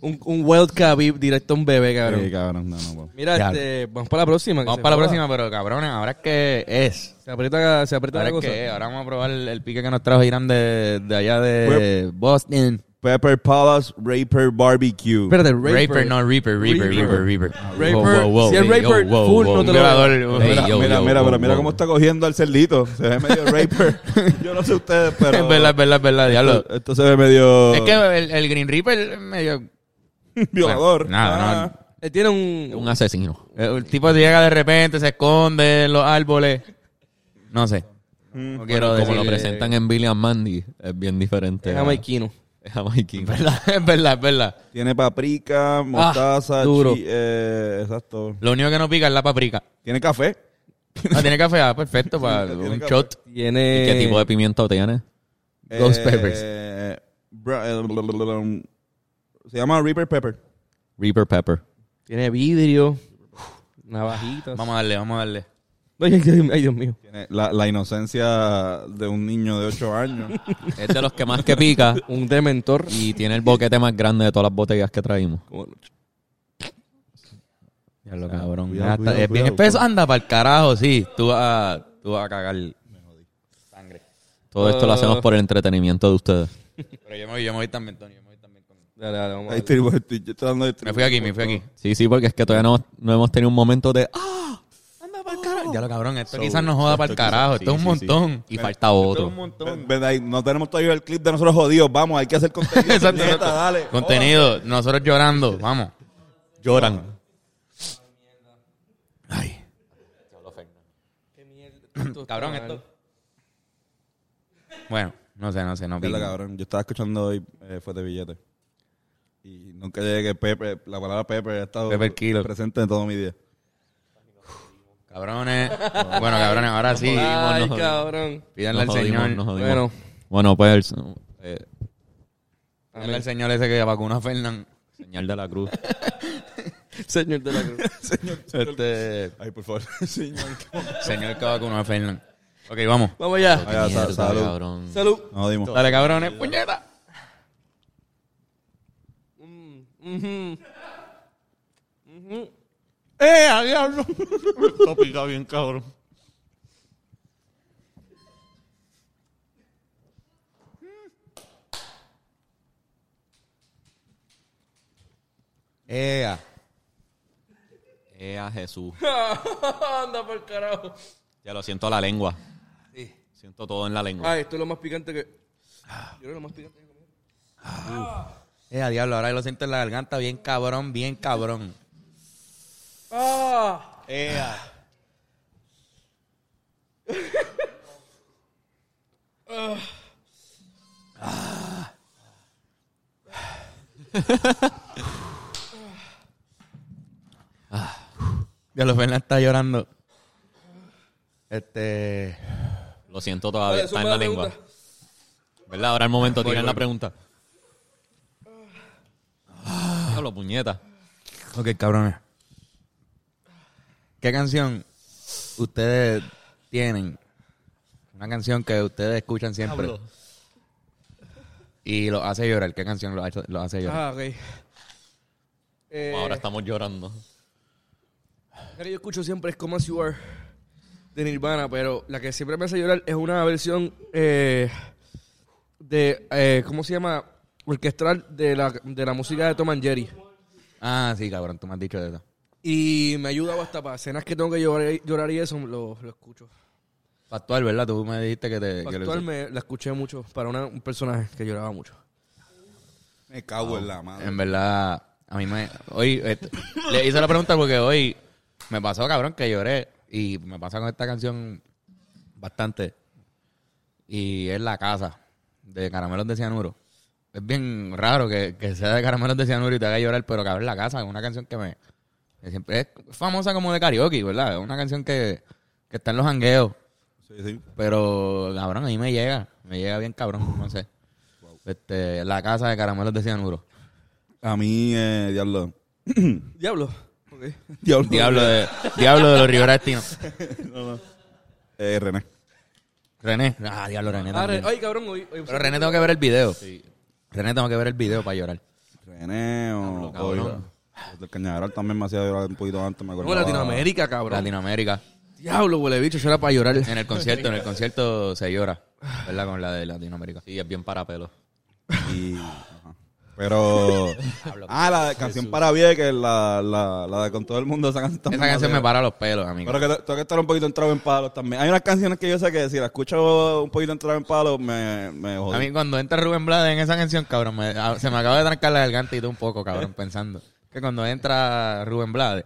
S3: un, un Wild Khabib directo a un bebé, cabrón.
S2: Sí, cabrón, no, no. puedo.
S3: Mira,
S1: Ya.
S3: este, vamos para la próxima. que
S1: Vamos
S3: se
S1: para la
S3: joda.
S1: próxima, pero cabrones, ahora es que es.
S3: Se aprieta, se aprieta
S1: Ahora,
S3: la
S1: es
S3: cosa.
S1: que es. Ahora vamos a probar el, el pique que nos trajo Irán de, de allá de Boston.
S2: Pepper Palace Raper Barbecue.
S3: Espérate,
S1: Raper,
S3: Raper.
S1: no Reaper, Reaper,
S3: Reaper.
S1: Reaper, Reaper.
S3: Raper. Si es Raper,
S1: wow,
S3: full,
S1: wow,
S3: no
S1: un
S3: te lo
S1: violador,
S3: doy.
S1: un
S4: Ey,
S2: Mira,
S1: violador.
S2: mira,
S4: yo, yo,
S2: mira,
S4: yo,
S2: pero mira
S4: yo.
S2: cómo está cogiendo al cerdito. Se ve medio Raper. Yo no sé ustedes, pero. e-,
S1: Es verdad, es verdad, es verdad, diablo.
S2: Esto, esto se ve medio.
S1: Es que el, el Green Reaper medio...
S2: Violador.
S1: Bueno, nada,
S2: Ah.
S3: Él tiene un,
S4: Un asesino.
S1: El tipo llega de repente, se esconde en los árboles. No sé. No quiero
S4: Como lo
S1: decir, eh,
S4: presentan en Billy and Mandy, es bien diferente.
S3: Es
S4: a-
S3: jamaiquino.
S4: Es jamaiquino.
S1: verdad, (laughs) es verdad, es verdad.
S2: Tiene paprika, mostaza,
S3: duro.
S2: chi- eh, exacto.
S1: Lo único que no pica es la paprika.
S2: Tiene café.
S1: Ah, tiene café, ah, perfecto, para
S2: tiene
S1: un
S2: café.
S1: shot.
S3: Tiene.
S4: ¿Qué tipo de pimiento tiene?
S1: Ghost peppers.
S2: Eh, bra- eh, blablabla. se llama Reaper Pepper.
S4: Reaper Pepper.
S3: Tiene vidrio. Navajitas.
S1: Vamos a darle, vamos a darle.
S3: Ay, ay, ay, ay, Dios mío.
S2: Tiene la, la inocencia de un niño de 8 años.
S4: Es de los que más que pica
S3: Un dementor.
S4: y tiene el boquete más grande de todas las botellas que traímos.
S1: Ya lo cabrón.
S2: cuidado,
S1: Ya está-
S2: cuidado,
S1: es bien
S2: cuidado.
S1: espeso. Anda para el carajo, sí. Tú vas, a- tú vas a cagar. Sangre.
S4: Todo esto lo
S1: Ah.
S4: hacemos por el entretenimiento de ustedes.
S1: Pero yo me voy, yo me voy también, Tony. Yo me voy también con-
S3: Dale, dale, vamos a
S2: Ahí
S3: darle.
S2: estoy, güey, estoy- yo estoy dando de-
S1: Me fui aquí, me fui aquí.
S4: Sí, sí, porque es que todavía no, no hemos tenido un momento de... ¡Ah!
S1: Ya lo cabrón, esto quizás nos joda para el carajo. Esto es un montón.
S4: Y falta otro.
S2: Ven- ven ahí, No tenemos todavía el clip de nosotros jodidos. Vamos, hay que hacer (laughs)
S1: (laughs)
S2: contenido.
S1: Exacto,
S2: puñeta,
S1: exacto.
S2: dale.
S1: Contenido, nosotros llorando, vamos.
S4: Lloran.
S1: Ay. (laughs) Cabrón, esto. Bueno, no sé, no sé, no
S2: Ya lo,
S1: pico.
S2: cabrón. Yo estaba escuchando hoy eh, Fue de Billete. Y nunca llegué que Pepe, la palabra Pepe ha estado
S1: Pepper Kilo.
S2: presente en todo mi día.
S1: Cabrones. Bueno, cabrones, ahora sí.
S3: Ay,
S4: nos-
S3: cabrón.
S1: Pídanle al
S4: Nos jodimos,
S1: señor.
S4: nos jodimos.
S3: Bueno.
S4: Bueno. pues, eh,
S1: Pídanle al señor ese que vacunó a Fernán.
S4: señal de la cruz.
S3: Señor de la cruz.
S1: Este,
S2: Ay, por favor, (laughs) señor.
S1: señor que vacunó a Fernán. Ok, (laughs) vamos.
S3: Vamos allá.
S2: Ay,
S4: Mierda,
S2: sa- salud.
S4: cabrón.
S3: Salud.
S2: No, dimos.
S1: Dale, cabrones, puñeta.
S3: Ujú.
S5: ¡Eh, a diablo! Está picado bien, cabrón.
S1: Ea.
S4: Eh, a Jesús.
S3: (laughs) Anda por carajo.
S4: Ya lo siento a la lengua. Siento todo en la lengua.
S3: Ay, esto es lo más picante que. Yo
S1: Ah.
S3: creo que lo más picante que he comido.
S1: Ea, Eh, diablo, ahora lo siento en la garganta bien cabrón, bien cabrón.
S3: ¡Ah!
S1: Diablo, Fernán está llorando. Este...
S4: Lo siento todavía,
S3: Dale,
S4: está
S3: zumba
S4: en la
S3: la
S4: lengua.
S3: pregunta.
S4: ¿Verdad? Ahora el momento, tiran la pregunta. Diablo, puñeta.
S1: Ok, cabrones. ¿Qué canción ustedes tienen? Una canción que ustedes escuchan siempre. Y lo hace llorar. ¿Qué canción lo hace, lo hace llorar?
S3: Ah, ok. Eh,
S4: Ahora estamos llorando.
S3: La que yo escucho siempre es Come As You Are de Nirvana, pero la que siempre me hace llorar es una versión eh, de, eh, ¿cómo se llama? Orquestral de la, de la música de Tom and Jerry.
S1: Ah, sí, cabrón, tú me has dicho de eso.
S3: Y me ayuda hasta para cenas que tengo que llorar, llorar y eso, lo, lo escucho.
S1: Factual, ¿verdad? Tú me dijiste que te... que lo-
S3: Actual me la escuché mucho para una- un personaje que lloraba mucho.
S2: Me cago en la madre.
S1: En verdad, a mí me... Hoy... este, le hice la pregunta porque hoy me pasó, cabrón, que lloré. Y me pasa con esta canción bastante. Y es La Casa, de Caramelos de Cianuro. Es bien raro que, que sea de Caramelos de Cianuro y te haga llorar, pero cabrón, La Casa es una canción que me... que siempre es famosa como de karaoke, ¿verdad? Es una canción que, que está en los jangueos.
S2: Sí, sí.
S1: Pero, cabrón, a mí me llega. Me llega bien cabrón, no sé. Este, la casa de caramelos de cianuro.
S2: A mí, eh, diablo.
S3: Diablo. Ok.
S2: Diablo.
S1: Diablo de, diablo de los Rivera Destinos.
S2: Eh, René.
S1: René. Ah, diablo, René
S3: Ah,
S1: también.
S3: Re- ay, cabrón, hoy, hoy-
S1: Pero René tengo que ver el video. René tengo que ver el video para llorar.
S2: René o.
S4: cabrón.
S2: o- El Cañaveral también me hacía llorar un poquito antes, me acuerdo.
S3: No, Latinoamérica, cabrón.
S1: Latinoamérica.
S3: Diablo, huele bicho, eso era para llorar.
S1: En el concierto, en el concierto se llora. ¿Verdad? Con la de Latinoamérica.
S4: Sí, es bien para pelo.
S1: (laughs)
S2: Y- ajá. Pero. ah, la de canción para Vieques, la, la, la de con todo el mundo, esa canción también
S1: Esa canción
S2: hacía-
S1: me para los pelos, amigo.
S2: Pero que tengo que estar un poquito entrado en palos también. Hay unas canciones que yo sé que si la escucho un poquito entrado en palos, me, me jodí.
S1: A mí cuando entra Rubén Blades en esa canción, cabrón, me- ah, se me acaba de trancar la garganta y todo un poco,
S4: (laughs)
S1: cabrón, pensando. Que cuando entra Rubén Blades,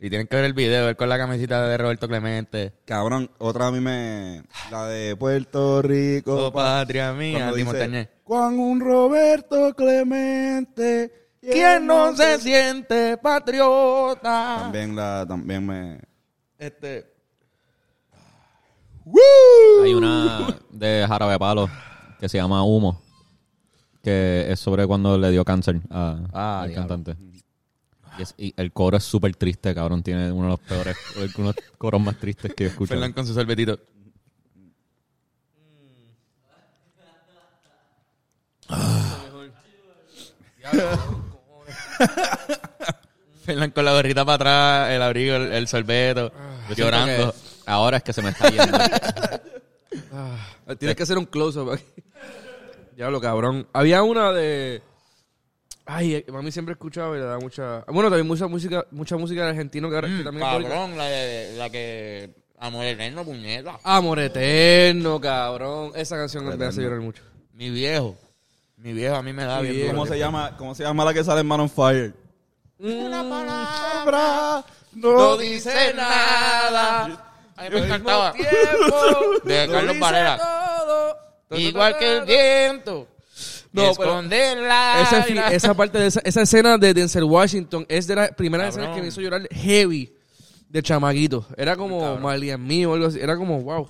S1: y tienen que ver el video, él con la camisita de Roberto Clemente.
S2: Cabrón, otra a mí me... La de Puerto Rico.
S1: Oh, patria mía,
S2: cuando
S1: Timo
S2: dice,
S1: Tañé.
S2: Juan un Roberto Clemente. y
S1: ¿Quién no se
S2: entonces-"
S1: siente patriota?
S2: También la... También me...
S1: Este,
S4: Hay una de Jarabe Palo que se llama Humo, que es sobre cuando le dio cáncer a,
S1: Ah,
S4: al
S1: diablo.
S4: cantante. Y, es- y el coro es súper triste, cabrón. Tiene uno de los peores, uno de los coros más tristes que yo escucho.
S1: Fernán con su sorbetito. Fernán con la gorrita para atrás, el abrigo, el, el sorbeto, llorando.
S4: Ahora es que se me está yendo.
S3: Ah, Tienes que hacer un close-up aquí. (laughs) Diablo, cabrón. Había una de. Ay, eh, mami siempre escuchaba y le daba mucha. Bueno, también mucha música, mucha música de argentino que, ahora- que (laughs) también es boricua.
S1: la, que... Amor eterno, puñeta.
S3: Amor eterno, cabrón. Esa canción me hace llorar mucho.
S1: Mi viejo. Mi viejo a mí me da
S3: Mi
S1: bien.
S2: ¿Cómo
S1: duro.
S2: se llama? ¿Cómo se llama la que sale en Man on Fire? Mm,
S1: Una palabra
S2: No,
S1: dice nada. Ay, me encantaba.
S3: (laughs)
S1: De Carlos Varela. Igual que el viento.
S3: No,
S1: No,
S3: pero-
S1: esconderla.
S3: Esa, fi- esa parte de esa, esa escena de Denzel Washington es de las primeras
S1: Cabrón.
S3: escenas que me hizo llorar heavy. de chamaguito. Era como Marlían mío o algo así. Era como, wow.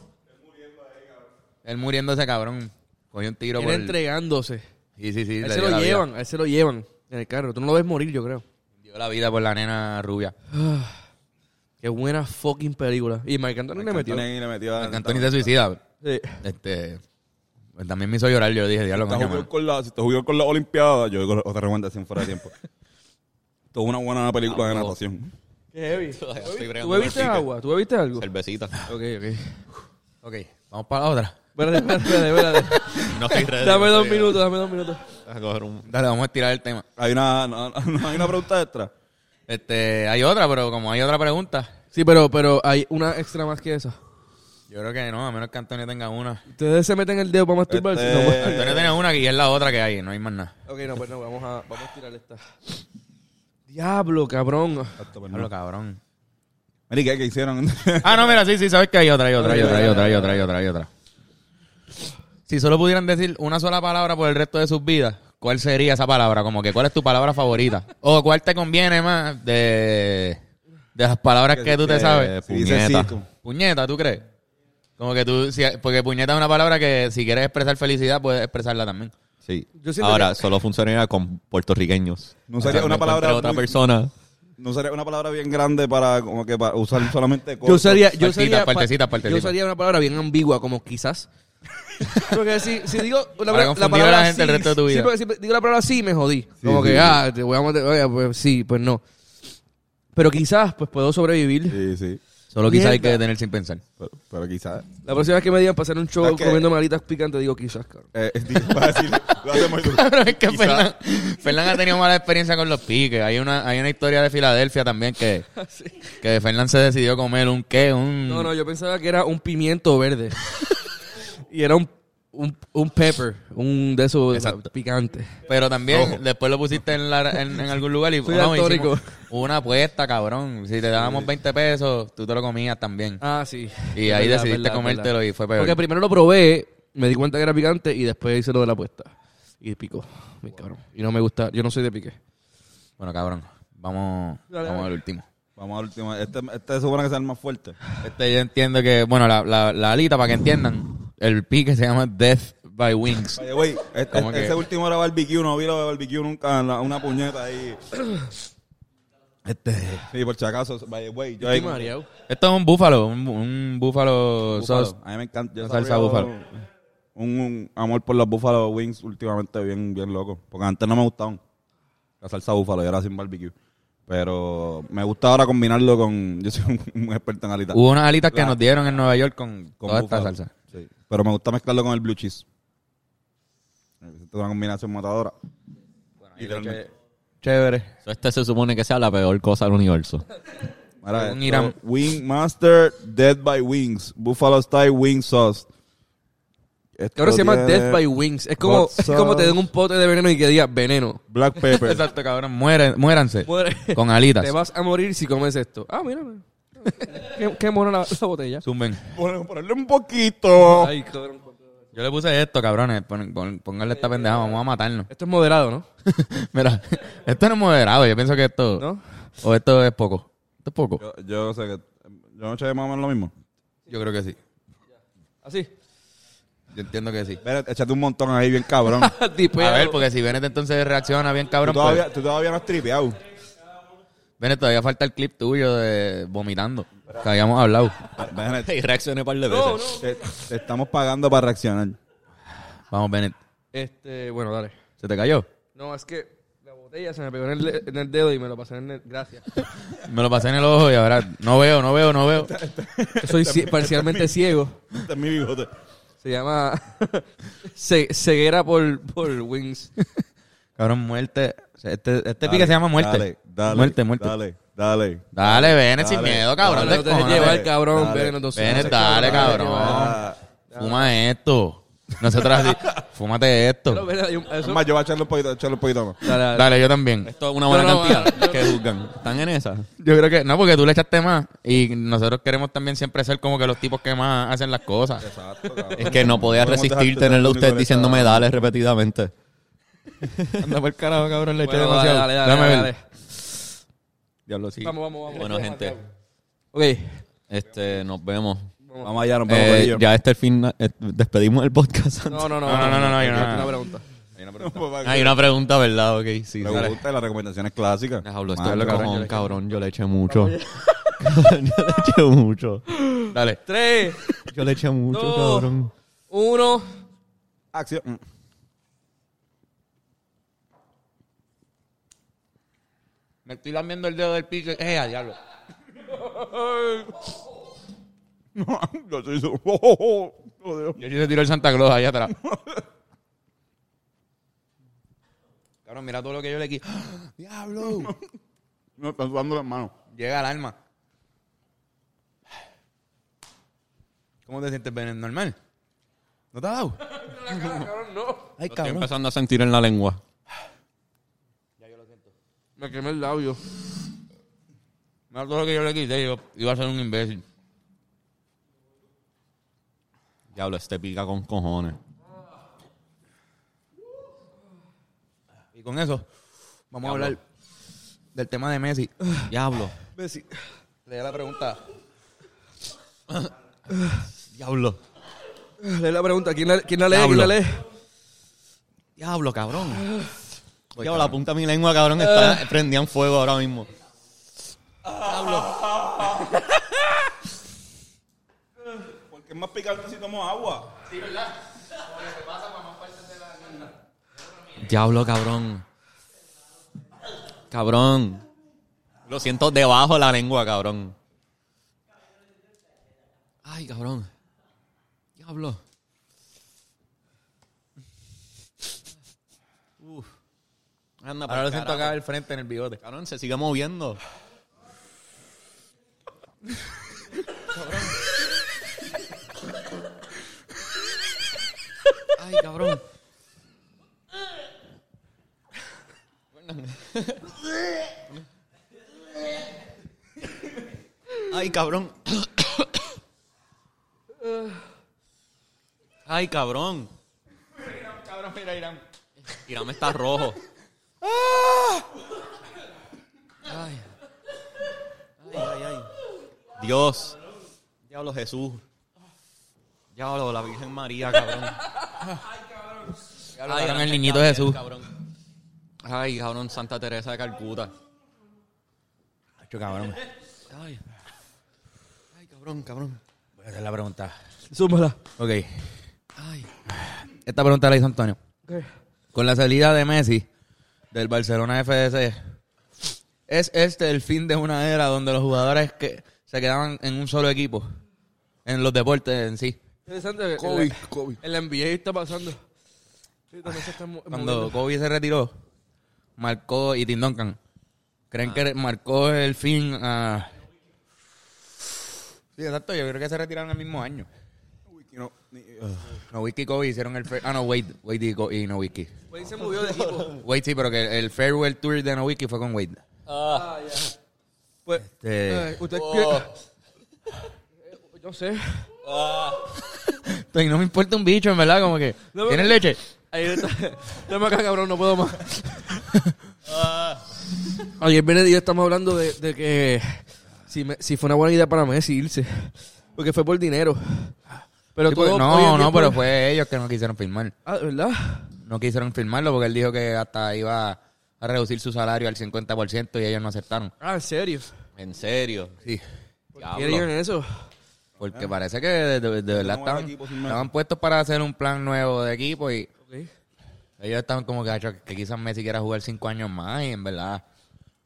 S1: Él muriéndose, cabrón. Cogió un tiro
S3: Era
S1: por...
S3: entregándose.
S1: Sí, sí, sí. le
S3: A él se
S1: dio
S3: lo
S1: la vida.
S3: llevan, a él se lo llevan en el carro. Tú no lo ves morir, yo creo.
S1: Dio la vida por la nena rubia.
S3: Qué buena fucking película. Y Marc Anthony le metió.
S2: Anthony le metió a-
S1: Marc Anthony se suicida. bro.
S3: Sí.
S1: Este... pues También me hizo llorar. Yo dije, diablo,
S2: Si te
S1: coño,
S2: jugó
S1: mano.
S2: con la, si te jugó con la Olimpiada, yo digo otra recomendación fuera
S1: (laughs)
S2: de tiempo. Esto es una buena película
S1: Ah,
S2: de natación.
S3: Qué heavy.
S4: Estoy
S3: ¿Tú
S4: bregando con el
S3: bebiste
S4: ticket.
S3: agua? ¿Tú bebiste algo?
S4: Cervecita.
S3: Ok, ok.
S1: Ok, vamos para la otra. (laughs)
S3: Espérate, espérate, espérate, espérate.
S5: No estoy ready.
S3: (laughs) Dame
S5: no
S3: dos
S5: estoy-
S3: minutos, dame dos minutos.
S5: Voy a coger un-
S1: Dale, vamos a estirar el tema.
S2: Hay una, no- no- hay una pregunta extra.
S1: Este, hay otra, pero como hay otra pregunta,
S3: Sí, pero, pero hay una extra más que esa.
S1: yo creo que no, a menos que Antonio tenga una.
S3: ¿Ustedes se meten el dedo para masturbarse?
S2: Este-
S3: No, pues-
S1: Antonio tiene una y es la otra que hay, no hay más nada.
S3: Ok, no, pues no, vamos a, vamos a tirar esta. Diablo, cabrón.
S1: Diablo, cabrón.
S2: Mira, ¿y ¿qué, qué hicieron? (laughs)
S1: Ah, no, mira, sí, sí, sabes que hay otra, hay otra, hay otra, hay otra, hay otra, hay otra, hay otra. Si solo pudieran decir una sola palabra por el resto de sus vidas, ¿cuál sería esa palabra? Como que, ¿cuál es tu palabra favorita? O ¿cuál te conviene más de, de las palabras que tú te sabes?
S2: Sí, dice
S4: Puñeta.
S2: sí, tú.
S1: Puñeta, ¿tú crees? Como que tú, si- porque puñeta es una palabra que si quieres expresar felicidad, puedes expresarla también.
S4: Sí.
S3: Yo siento
S4: Ahora,
S3: que-
S4: solo funcionaría con puertorriqueños.
S2: No sería
S4: Cuando
S2: una palabra
S4: encuentre otra
S2: muy-
S4: persona.
S2: No sería una palabra bien grande para como que para usar solamente
S3: Yo usaría,
S1: Partita,
S3: yo usaría,
S1: partecita,
S3: pa-
S1: partecita.
S3: yo usaría una palabra bien ambigua, como quizás. (laughs) Porque si, si digo la,
S1: Para
S3: palabra-
S1: confundir a la
S3: palabra
S1: gente el
S3: sí,
S1: resto de tu
S3: sí,
S1: vida.
S3: porque si digo la palabra sí, me jodí. como que, ah, te voy a matar. oye, pues sí, pues no. Pero quizás, pues puedo sobrevivir.
S2: Sí, sí.
S1: Solo quizás hay
S3: Mierda.
S1: que tener sin pensar.
S2: Pero, pero quizás.
S3: La próxima vez que me digan pasar un show
S2: Es que-
S3: comiendo malitas picantes, digo quizás, cabrón.
S2: Eh, (laughs) va a decir, lo hacemos tú.
S1: Pero es que Fernán, Fernán ha tenido mala experiencia con los piques. Hay una, hay una historia de Filadelfia también
S3: (laughs)
S1: que, que Fernán se decidió comer un qué, un...
S3: Ah, No, no, yo pensaba que era un
S1: (laughs)
S3: pimiento verde. y era un, un, un pepper, un de esos
S1: Exacto.
S3: picantes.
S1: Pero también después lo pusiste en, la- en- en algún lugar y
S3: Soy
S1: no, hicimos
S3: daltónico.
S1: una apuesta, cabrón. Si te dábamos 20 pesos, tú te lo comías también.
S3: Ah, sí.
S1: Y ahí decidiste comértelo y fue peor.
S3: Porque primero lo probé, me di cuenta que era picante y después hice lo de la apuesta. Y picó, mi cabrón. Y no me gusta, yo no soy de pique.
S1: Bueno, cabrón, vamos,
S3: Dale,
S1: vamos
S3: dale.
S1: al último.
S2: Vamos al último. Este, este se supone que sea el más fuerte.
S1: Este yo entiendo que, bueno, la, la, la alita, para que entiendan, el pique se llama Death by Wings.
S2: Oye, güey, este,
S1: ¿Cómo que?
S2: ese último era barbecue, no vi lo de barbecue nunca, la- una puñeta ahí.
S1: Este...
S2: Sí, por si acaso, vaya, güey. Yo ahí-
S3: Estoy mareado.
S1: Esto es un búfalo, un, un búfalo,
S2: Búfalo.
S1: sauce.
S2: A mí me encanta. Yo
S1: Una salsa
S2: sabía
S1: búfalo.
S2: Un, un amor por los búfalo wings últimamente bien, bien loco. Porque antes no me gustaban. La salsa búfalo, yo era sin barbecue. Pero me gusta ahora combinarlo con... (laughs) Yo soy un, un experto en alitas.
S1: Hubo unas alitas que
S2: La-
S1: nos dieron en Nueva York con,
S2: con
S1: Uh, toda
S2: búfalo.
S1: esta salsa.
S2: Sí. Pero me gusta mezclarlo con el blue cheese. Es una combinación matadora. Literalmente.
S1: Chévere.
S4: So, Este se supone que sea la peor cosa del universo.
S2: Mira
S1: Un
S2: esto,
S1: Irán.
S2: Wing Master Dead by Wings. Buffalo Style Wing Sauce. Esto
S3: Cabrón se llama
S2: tiene
S3: Death by Wings. Es como,
S2: hot
S3: es como te
S2: sauce,
S3: den un pote de veneno y que diga veneno.
S2: Black
S1: (laughs)
S2: pepper.
S1: Exacto, cabrón. Muere- muéranse.
S3: Muere.
S1: Con alitas.
S3: (laughs) Te vas a morir si comes esto. Ah, mira. mira. qué, qué mona la, la botella.
S1: Zumben.
S2: Pon- Ponerle un poquito.
S3: Ay, cabrón.
S1: Yo le puse esto, cabrones. Pon- pon- pónganle esta pendeja, vamos a matarnos. (laughs)
S3: Esto es moderado, ¿no?
S1: Mira, esto no es moderado. Yo pienso que esto.
S3: ¿No?
S1: O esto es poco. Esto es poco.
S2: Yo, yo sé que. Yo no eché más o menos lo mismo.
S1: Yo creo que sí.
S3: Así. (laughs)
S1: Yo entiendo que sí. Pues,
S2: Pero échate un montón ahí, bien cabrón. tú,
S1: A ver, porque si Bennett entonces reacciona bien, cabrón. pues,
S2: todavía, tú todavía no has tripeado.
S1: Bennett, todavía falta el clip tuyo de vomitando. Que habíamos hablado.
S2: Ven, te,
S4: (laughs) Y reaccioné par de veces.
S3: No, no.
S2: te estamos pagando para reaccionar.
S1: Vamos, Bennett.
S3: Este, bueno, dale.
S1: ¿Se te cayó?
S3: No, es que la botella se me pegó en el, en el dedo y me lo pasé en el... Gracias.
S1: Me lo pasé en el ojo y ahora no veo, no veo, no veo.
S3: Soy cie- parcialmente ciego.
S2: Este es mi bigote.
S3: Se llama (laughs) ce- ceguera por, por wings.
S1: Cabrón, muerte. Este, este
S2: Dale,
S1: pique se llama muerte.
S2: Dale, dale.
S1: muerte, muerte. Dale,
S2: Dale, dale.
S1: ven, sin
S2: Dale,
S1: miedo, cabrón.
S3: No te dejes
S1: descojónate.
S3: llevar, cabrón.
S2: dale.
S3: Ven, entonces.
S1: Ven,
S3: No sé
S1: dale,
S3: qué,
S1: cabrón.
S2: Ah,
S1: Fuma esto. Nosotros así, (laughs) fúmate
S3: Pero,
S1: esto.
S3: ven, hay un-
S2: es
S3: eso-
S2: más, yo voy a echarle un poquito, echarle un poquito más.
S3: Dale, dale.
S1: Dale, yo también.
S4: Esto es una buena
S3: No, no,
S4: cantidad
S3: no, no.
S4: que juzgan. ¿Están en esa?
S1: (laughs) Yo creo que, no, porque tú le echaste más y nosotros queremos también siempre ser como que los tipos que más hacen las cosas.
S2: Exacto, cabrón.
S4: Es que no podía
S2: Podemos
S4: resistir
S2: dejarte
S4: tenerlo a
S2: único
S4: usted
S2: en
S4: diciéndome dale repetidamente.
S1: (laughs) Anda por el carajo, cabrón, le eché
S3: Bueno, dale,
S1: demasiado.
S3: dale, dale,
S1: Dame
S3: dale,
S1: ver.
S3: dale.
S1: Diablo, sí.
S3: Vamos, vamos, vamos.
S4: Bueno, gente.
S3: Ok.
S4: Este, nos vemos.
S2: Vamos allá, nos vemos,
S4: Eh,
S2: Corillo.
S4: ya este el final. eh, despedimos el podcast. antes.
S3: No, no, no.
S1: No, no, no, no, no, yo no.
S3: Una pregunta.
S4: Hay una pregunta, ¿verdad? Ok, sí.
S2: Me
S4: dale.
S2: gusta, la recomendación es clásica.
S4: Déjalo,
S2: Mano,
S4: estoy loco,
S2: cabrón,
S4: cabrón, cabrón, yo le eché mucho. (laughs) Cabrón, yo le eché mucho.
S1: Dale.
S3: Tres,
S4: Yo le eché mucho,
S3: Dos.
S4: cabrón.
S3: uno.
S2: Acción. Mm.
S1: Me estoy lambiendo el dedo del piso. Eh, a diablo.
S2: (laughs) No, yo soy su- (laughs) oh, oh, oh, oh, Dios.
S1: Yo sí se tiró el Santa Claus allá
S3: (laughs)
S1: atrás. Cabrón, mira todo lo que yo le quito. ¡Diablo!
S2: Me están sudando las manos.
S1: (gasps) Llega el alma. ¿Cómo te sientes, Ben? ¿Normal? ¿No te ha dado? Ay,
S4: Estoy
S1: cabrón.
S4: empezando a sentir en la lengua.
S3: Me quemé el labio.
S1: Mira todo lo que yo le quité. Yo iba a ser un imbécil.
S4: Diablo, este pica con cojones.
S1: Y con eso, vamos a hablar del tema de
S3: (sighs)
S1: Messi.
S4: Diablo,
S1: Messi. Le da la pregunta.
S4: diablo,
S3: Lee la pregunta. ¿Quién la, quién la lee? ¿Quién la
S4: Diablo.
S3: lee?
S4: diablo, cabrón. diablo, la punta de mi lengua, cabrón,
S3: Ah.
S4: está prendía en fuego ahora mismo.
S2: Porque es más picante si tomo agua.
S4: Diablo, cabrón. Cabrón. Lo siento debajo de la lengua, cabrón. Ay, cabrón. Diablo. Uf.
S1: Ahora
S4: Anda,
S1: lo
S4: pa'l
S1: siento
S4: carajo.
S1: acá del frente en el bigote.
S4: Cabrón, se sigue moviendo. Ay, cabrón. Ay, cabrón. Ay, cabrón.
S1: Cabrón, mira, Irán.
S4: Tirame está rojo. Ay. Ay, ay, ay. Dios. Diablo Jesús. Diablo la Virgen María, cabrón.
S1: Ay,
S4: Gran
S1: el niñito
S4: Gabriel,
S1: Jesús.
S4: cabrón. Ay, cabrón, Santa Teresa de Calcuta.
S1: Hacho, cabrón.
S4: Ay. Ay, cabrón, cabrón.
S1: Voy a hacer la pregunta.
S3: Súmala.
S1: Ok.
S4: Ay.
S1: Esta pregunta la hizo Antonio.
S3: Ok.
S1: Con la salida de Messi del Barcelona FDC, ¿es este el fin de una era donde los jugadores que se quedaban en un solo equipo? En los deportes en sí.
S3: Interesante.
S2: Kobe,
S3: el,
S2: Kobe.
S3: El NBA está pasando. Sí, también se está mo-
S1: Cuando
S3: moviendo.
S1: Kobe se retiró, marcó y Tim Duncan. ¿Creen que marcó el fin a...? Sí, exacto. Yo creo que se retiraron el mismo año.
S2: Uy, que no. ni-
S3: eh.
S1: (sighs) Nowitzki y Kobe hicieron el... fair- Ah, no, Wade, Wade y, Ko- y Nowitzki.
S3: Wade Pues se movió
S1: (laughs)
S3: de equipo.
S1: Wade sí, pero que el farewell tour de Nowitzki fue con Wade.
S3: Ah, ya. Pues,
S1: Este,
S3: eh, ¿usted quiere- (laughs) Eh, Yo sé.
S1: pues, y no me importa un bicho, en verdad, como que...
S3: No, no,
S1: ¿Tienen
S3: no.
S1: leche? (laughs)
S3: Ahí está. Dame acá, cabrón, no puedo más.
S1: Ah.
S3: Ayer Benet y yo estamos hablando de, de que si, me- si fue una buena idea para Messi irse. Porque fue por dinero. Pero
S1: Sí,
S3: todo, pues.
S1: porque-
S3: hoy en
S1: no,
S3: día
S1: no,
S3: por-
S1: pero fue ellos que no quisieron firmar.
S3: Ah, ¿verdad?
S1: No quisieron firmarlo porque él dijo que hasta iba a reducir su salario al 50% y ellos no aceptaron.
S3: Ah, en serio.
S4: En serio.
S1: Sí.
S3: ¿Quieren
S4: Diablo.
S3: eso?
S1: Porque parece que de, de- de verdad
S2: Tenemos Ah. el
S1: estaban,
S2: equipo sin Messi.
S1: estaban puestos para hacer un plan nuevo de equipo y
S3: Ok.
S1: ellos estaban como que, "Acho, que quizás Messi quiera jugar cinco años más y en verdad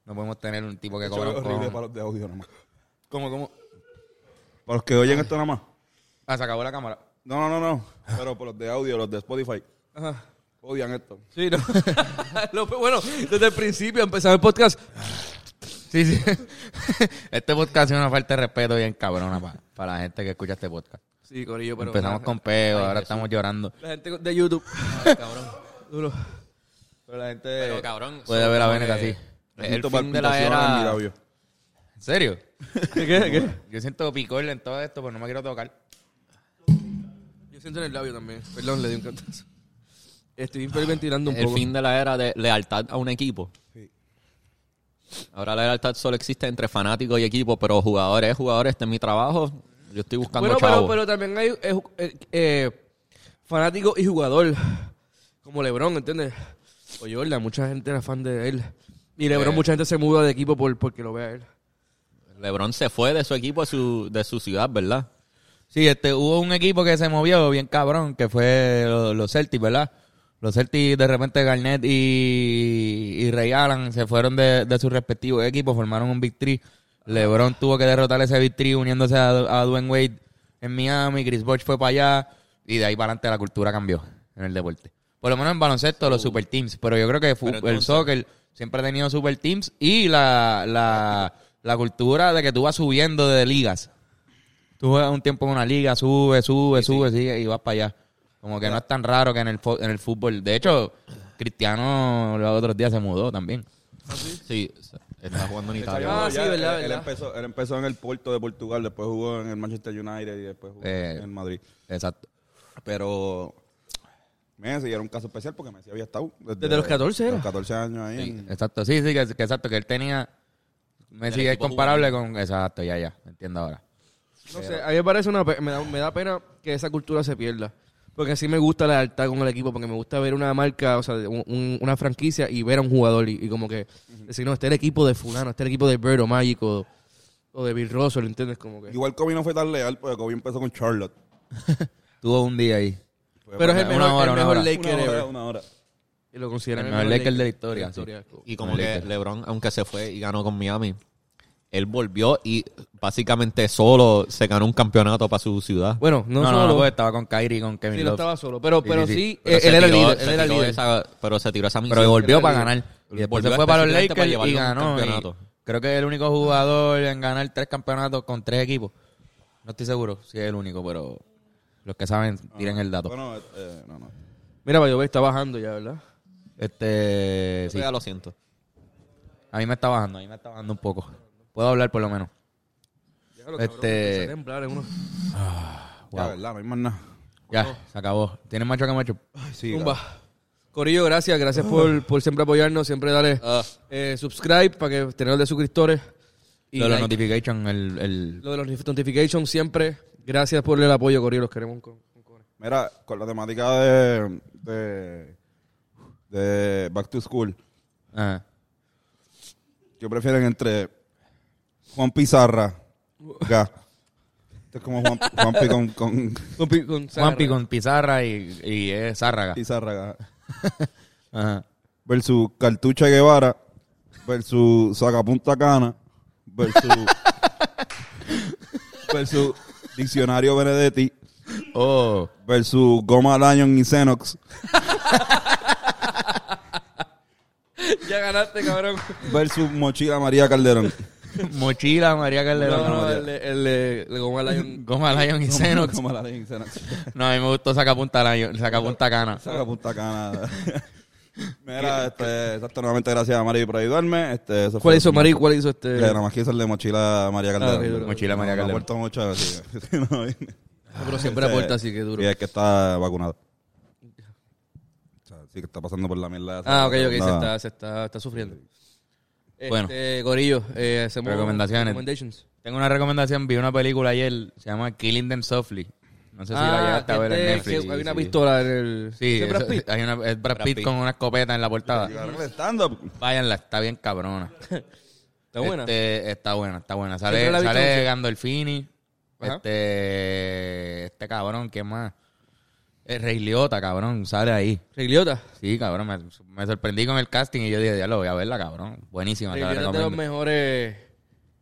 S1: no podemos tener un tipo que
S2: Eso
S1: cobra
S2: es
S1: un
S2: horrible
S1: cojón.
S2: para los de audio nada más.
S1: ¿Cómo, cómo?
S2: Para los que oyen esto nada más.
S1: Ah, se acabó la cámara.
S2: No, no, no, no. Pero por los de audio, los de Spotify.
S3: Ajá.
S2: Odian esto.
S3: Sí,
S1: (laughs)
S3: no. (laughs) Lo- bueno, desde el principio empezaba el podcast.
S1: Sí, sí. (laughs) este podcast es una falta de respeto bien cabrona para la gente que escucha este podcast.
S3: Sí, Corillo, pero.
S1: Empezamos con peo, ahora estamos llorando.
S3: La gente de YouTube.
S4: cabrón.
S3: (laughs) Duro. Eh,
S1: Pero la gente
S4: Pero, cabrón.
S1: puede
S4: son
S1: ver a
S4: como
S1: Bennett
S4: que-
S1: así.
S4: es El
S2: Siento
S4: fin de la
S2: palpitaciones en mi
S4: era.
S2: labio.
S1: ¿En serio?
S3: ¿Qué, qué, qué?
S1: Yo siento picor en todo esto, pero no me quiero tocar.
S3: Yo siento en el labio también. Perdón, le di un cantazo. Estoy hiperventilando un
S4: Ah, El
S3: poco.
S4: fin de la era de lealtad a un equipo. Ahora la lealtad solo existe entre fanáticos y equipo, pero jugadores, jugadores, este es mi trabajo. Yo estoy buscando
S3: Bueno,
S4: chavo.
S3: pero, pero también hay eh, ju- eh, eh, fanático y jugador. Como Lebron, ¿entiendes? O Jordan, mucha gente era fan de él. Y Lebron,
S4: Eh.
S3: mucha gente se muda de equipo por, porque lo vea él.
S4: LeBron se fue de su equipo, de su, de su ciudad, ¿verdad?
S1: Sí, este, hubo un equipo que se movió bien cabrón, que fue lo- los Celtics, ¿verdad? Los Celtics, de repente, Garnett y, y Ray Allen se fueron de, de sus respectivos equipos, formaron un Big Three. LeBron tuvo que derrotar ese Big Three uniéndose a, a Dwayne Wade en Miami. Chris Bosh fue para allá. Y de ahí para adelante la cultura cambió en el deporte. Por lo menos en baloncesto, los super teams. Pero yo creo que fu-
S4: Uh. Pero
S1: el
S4: entonces-
S1: soccer siempre ha tenido super teams y la, la, la cultura de que tú vas subiendo de ligas. Tú juegas un tiempo en una liga, sube, sube, sube, sigue y vas para allá. Como que no es tan raro que en el, fo- en el fútbol. De hecho, Cristiano los otros días se mudó también.
S4: Sí, está jugando en Italia.
S3: Ah, sí,
S2: Ya,
S3: verdad,
S2: él, él
S3: verdad.
S2: empezó, él empezó en el Porto de Portugal, después jugó en el Manchester United y después jugó
S1: Eh.
S2: en Madrid.
S1: Exacto.
S2: Pero Messi era un caso especial porque Messi había estado desde,
S3: Desde los 14 era.
S2: los 14 años ahí. en-
S1: Exacto, sí, sí, que, que exacto, que él tenía. Messi
S4: Del
S1: es
S4: equipo
S1: comparable con. Exacto, ya, ya. Entiendo ahora.
S3: No sé, a mí me parece una pe- me da, me da pena que esa cultura se pierda. Porque sí me gusta la lealtad con el equipo, porque me gusta ver una marca, o sea, un- un- una franquicia y ver a un jugador y, y como que decir, no, este es el equipo de fulano, este es el equipo de Bird o Magic o, o de Bill Russell, ¿entiendes? Como que...
S2: Igual Kobe no fue tan leal porque Kobe empezó con Charlotte.
S1: Tuvo un día ahí.
S2: Fue
S3: Pero es el
S1: Una
S3: mejor,
S1: hora,
S3: el
S1: una
S3: mejor
S1: hora.
S3: Laker
S2: una hora,
S3: ever.
S2: una hora.
S3: Y lo consideran
S1: El mejor Laker de la historia,
S4: Y como que LeBron, aunque se fue y ganó con Miami, él volvió y básicamente solo se ganó un campeonato para su ciudad.
S3: Bueno,
S1: No,
S3: no,
S1: no,
S3: solo.
S1: no, pues, estaba con Kyrie, con Kevin
S3: sí, no
S1: Love.
S3: estaba solo. Pero sí,
S1: Sí,
S3: pero
S1: sí,
S3: sí,
S1: sí.
S3: eh,
S4: se
S3: él era
S4: tiró-
S3: líder. Él
S4: se
S3: era
S4: tiró
S3: líder.
S4: esa- pero se tiró esa misión.
S1: Pero volvió
S3: era
S1: para
S3: líder.
S1: ganar. Y después
S4: Volvió
S1: se fue para los
S4: específicamente para
S1: Lakers y
S4: llevarle
S1: ganó.
S4: un
S1: y
S4: campeonato.
S1: creo que es el único jugador en ganar tres campeonatos con tres equipos. No estoy seguro si es el único, pero los que saben tiren el dato.
S2: Bueno, eh, no, no.
S3: Mira, Bayobe está bajando ya, ¿verdad?
S1: Este, sí.
S4: Ya lo siento.
S1: A mí me está bajando, a mí me está bajando un poco. Puedo hablar por lo menos.
S3: Empieza a
S1: Este,
S3: temblar en uno.
S2: Ya, verdad, no hay más nada.
S1: ya, se acabó. ¿Tienes macho que macho?
S2: Sí,
S3: Tumba. Corillo, gracias. Gracias
S1: Ah.
S3: por, por siempre apoyarnos. Siempre darle eh, subscribe para que tener de suscriptores. Y
S1: Lo de los
S3: like.
S1: notifications, el, el-
S3: Lo de los notifications siempre. Gracias por el apoyo, Corillo. Los queremos con, con cojones.
S2: Mira, con la temática de, de, de Back to School,
S1: ajá.
S2: yo prefieren entre Juan Pizarra. Ga. Esto es como Juan, Juan Pi con, con
S3: Con pi- con
S1: Juanpi
S3: Zárraga.
S1: con Pizarra y, y es Zárraga.
S2: Pizarra. Ga.
S1: Ajá.
S2: Versus Cartucha Guevara. Versus Sacapunta Cana. Versus. versus Diccionario Benedetti.
S1: Oh,
S2: Versus Goma Lion y Xenox.
S1: (laughs)
S3: Ya ganaste, cabrón.
S2: Versus Mochila María Calderón.
S1: mochila, María
S3: No,
S1: Calderón.
S3: no, el, de- el, de- el de Goma Lion.
S1: (laughs) Goma Lion y Xenox.
S2: Goma Lion y Xenox.
S1: No, a mí me gustó Sacapunta Lion, Sacapunta Cana.
S3: (laughs)
S2: Sacapunta Cana. Mira, este, exacto, nuevamente gracias a Mari por ayudarme. Este, eso
S3: ¿Cuál
S2: fue-
S3: hizo Mari? ¿Cuál hizo este?
S2: Le- Nada más quiso el de Mochila María
S3: Ah, ok,
S2: Calderón.
S3: ok.
S1: Mochila María
S2: No, me
S1: Calderón.
S2: aportó mucho, así que- (laughs) no, y-
S3: Ah, Pero siempre
S2: Este,
S3: aporta, así que duro.
S2: Y es que está vacunado. O sea, sí que está pasando por la mierda.
S3: Ah, ok, ok, se
S2: Nada.
S3: está, se está, está sufriendo.
S1: Bueno.
S3: Este, Gorillo, eh, hacemos
S1: Recomendaciones.
S3: recommendations.
S1: Tengo una recomendación, vi una película ayer, se llama Killing Them Softly. No sé si la llegaste a
S3: que
S1: ver en
S3: este-
S1: Netflix.
S3: que hay una
S1: Sí.
S3: pistola en el...
S1: Sí,
S3: ¿Ese Brad
S1: eso- eh,
S3: Pitt?
S1: hay una, es Brad
S4: Brad
S1: Pitt
S4: Pitt.
S1: con una escopeta en la portada.
S2: Llegaron el stand-up.
S1: Váyanla, está bien cabrona.
S3: Está buena.
S1: Este, está buena, está buena.
S3: Siempre
S1: Sale,
S3: la he visto
S1: sale
S3: mucho.
S1: Gandolfini.
S3: Ajá.
S1: Este, este cabrón, ¿qué más? El Rey Liotta, cabrón, sale ahí.
S3: Regliota.
S1: Sí, cabrón, me, me sorprendí con el casting y yo dije, ya lo voy a verla, cabrón. Buenísima, te la
S3: Regliota es de los
S1: recomiendo.
S3: mejores...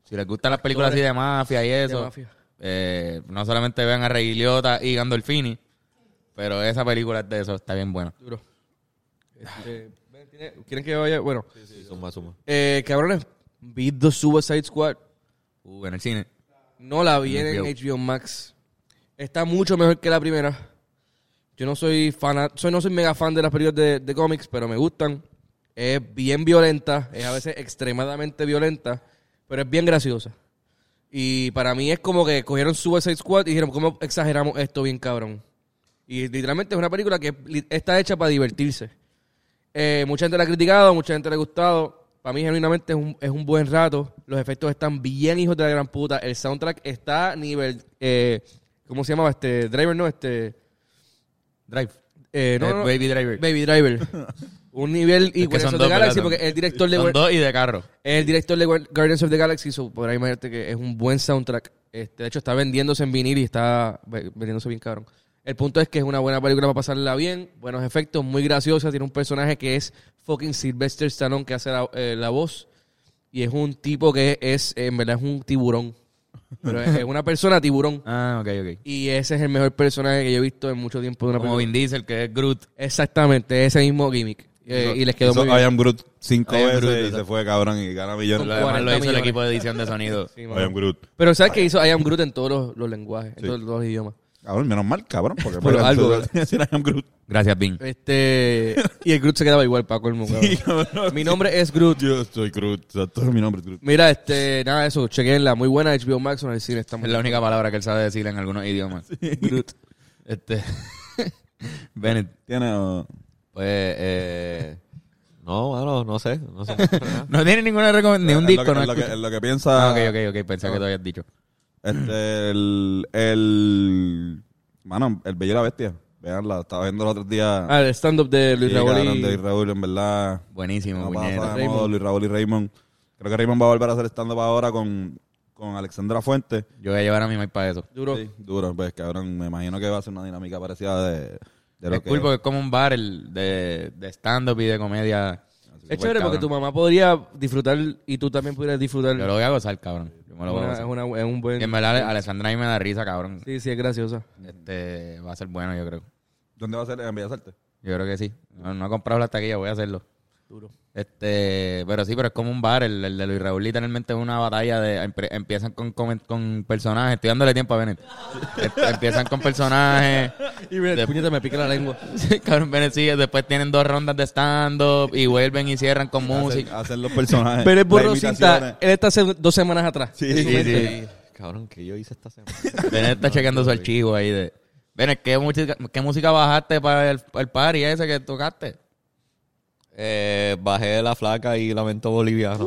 S1: Si les gustan las películas así de mafia y eso,
S3: mafia.
S1: eh, no solamente vean a Rey Liotta y Gandolfini, pero esa película es de eso, está bien buena.
S3: Duro. Este, ven, tiene- ¿Quieren que vaya? Bueno.
S4: Sí, suma, suma.
S3: Eh, cabrones, vi The Suicide Squad.
S1: Uh, en el cine.
S3: No la vi en
S1: HBO.
S3: HBO Max. Está mucho mejor que la primera. Yo no soy fan, soy, no soy mega fan de las películas de, de cómics, pero me gustan. Es bien violenta, es a veces extremadamente violenta, pero es bien graciosa. Y para mí es como que cogieron Suicide Squad y dijeron, ¿cómo exageramos esto bien cabrón? Y literalmente es una película que li- está hecha para divertirse. Eh, mucha gente la ha criticado, mucha gente le ha gustado. Para mí, genuinamente, es un, es un buen rato. Los efectos están bien, hijos de la gran puta. El soundtrack está a nivel. eh, ¿Cómo se llamaba? Este. Driver, no, este.
S1: Drive.
S3: eh, no,
S1: Eh,
S3: no, no.
S1: Baby Driver.
S3: Baby
S1: (laughs)
S3: Driver. un nivel
S1: que
S3: igual
S1: son
S3: de
S1: dos, ¿verdad?
S3: Galaxy,
S1: Son-
S3: porque el director de
S1: Son dos y de carro.
S3: es el director de Guar- Guardians of the Galaxy, so podrá imaginarte que es un buen soundtrack. Este, de hecho, está vendiéndose en vinil y está ve- vendiéndose bien cabrón. El punto es que es una buena película para pasarla bien, buenos efectos, muy graciosa. Tiene un personaje que es fucking Sylvester Stallone que hace la, eh, la voz. Y es un tipo que es, en verdad, es un tiburón. Pero es, es una persona tiburón.
S1: Ah, ok, ok.
S3: Y ese es el mejor personaje que yo he visto en mucho tiempo de una
S1: Como
S3: película.
S1: Vin Diesel, que es Groot.
S3: Exactamente, ese mismo gimmick. Eh, y les quedó
S2: Hizo
S3: muy bien.
S2: I am Groot cinco
S1: I am
S2: veces
S1: Groot,
S2: y se
S1: exacto.
S2: fue, cabrón, y gana millones.
S1: Lo
S2: I
S3: Con
S1: demás lo
S3: 40
S1: hizo el
S3: millones.
S1: equipo de
S3: (laughs)
S1: edición de sonido.
S3: Sí, mano.
S2: am Groot.
S3: Pero ¿sabes que hizo I Am Groot en todos los, los lenguajes, en
S2: Sí.
S3: todos, todos los idiomas?
S2: Cabrón, menos mal, cabrón, porque
S3: Por
S2: para (laughs)
S3: algo,
S2: eso- decir I am
S3: (laughs)
S2: Groot.
S1: Gracias, Vin.
S3: Este, y el Groot se quedaba igual, Paco. colmo. cabrón. Mi nombre es Groot.
S2: Yo soy Groot, exacto, mi nombre es Groot.
S3: Mira, este, nada, eso, chequenla. Muy buena HBO Max en el cine. Está muy
S1: Es la única palabra que él sabe decir en algunos idiomas. Groot. Este. (laughs) Bennett,
S2: Tiene... uh,
S1: pues. eh,
S4: No, bueno, no sé. No sé.
S1: no tiene ninguna recomendación, ni un
S2: es
S1: disco,
S2: lo que-
S1: ¿no?
S2: es lo que- Ah.
S1: escucha.
S2: es lo que
S1: Ah,
S2: piensa...
S1: ok, ok, ok. Pensé que te habías dicho.
S2: Este, el, el, mano, el Bello y la Bestia. Veanla, estaba viendo los otros días.
S3: Ah, el stand-up de Luis
S2: Sí,
S3: Raúl. y-
S2: cabrón, de Luis Raúl, en verdad.
S1: Buenísimo,
S2: Una
S1: puñeta.
S2: pasada de
S3: Raymond.
S2: modo, Luis Raúl y Raymond. Creo que Raymond va a volver a hacer stand-up ahora con, con Alexandra Fuente.
S1: Yo voy a llevar a mi mic para eso.
S3: Duro.
S2: Sí, duro, pues cabrón, me imagino que va a ser una dinámica parecida de, de lo
S1: Es
S2: que...
S1: cool porque es como un bar el de, de stand-up y de
S2: Ah,
S1: comedia.
S3: Es chévere porque tu
S1: Cabrón.
S3: mamá podría disfrutar y tú también pudieras disfrutar.
S1: Yo lo voy a gozar, cabrón. Yo me lo voy a
S3: Una- es,
S1: gozar.
S3: una- es un
S1: Y
S3: buen.
S1: en verdad, Ale- Alessandra a mí me da risa, cabrón.
S3: Sí, sí, es graciosa.
S1: Este, va a ser bueno, yo creo.
S2: ¿Dónde va a ser? En Bellas Artes.
S1: Yo creo que sí. No, no he comprado la taquilla, voy a hacerlo.
S3: Duro.
S1: Este, pero sí, pero es como un bar, el, el de Luis Raúl literalmente es una batalla de empre- empiezan con, con, con personajes, estoy dándole tiempo a Bennett. Este, empiezan con personajes,
S3: Y mira, puñeta, me pica la lengua.
S1: (laughs) Sí, cabrón Bennett sigue, después tienen dos rondas de stand up y vuelven y cierran con música.
S2: Hacer, hacer los personajes.
S3: Pero es
S2: las
S3: borrosita.
S2: imitaciones.
S3: Él está hace dos semanas atrás.
S2: Sí,
S3: En su
S2: sí,
S3: mente.
S4: Cabrón, que yo hice esta semana? (laughs)
S1: Bennett está checando su archivo ahí de Bennett, ¿qué música, qué música bajaste para el, el party ese que tocaste?
S4: Eh, bajé la flaca y lamento (laughs) boliviano.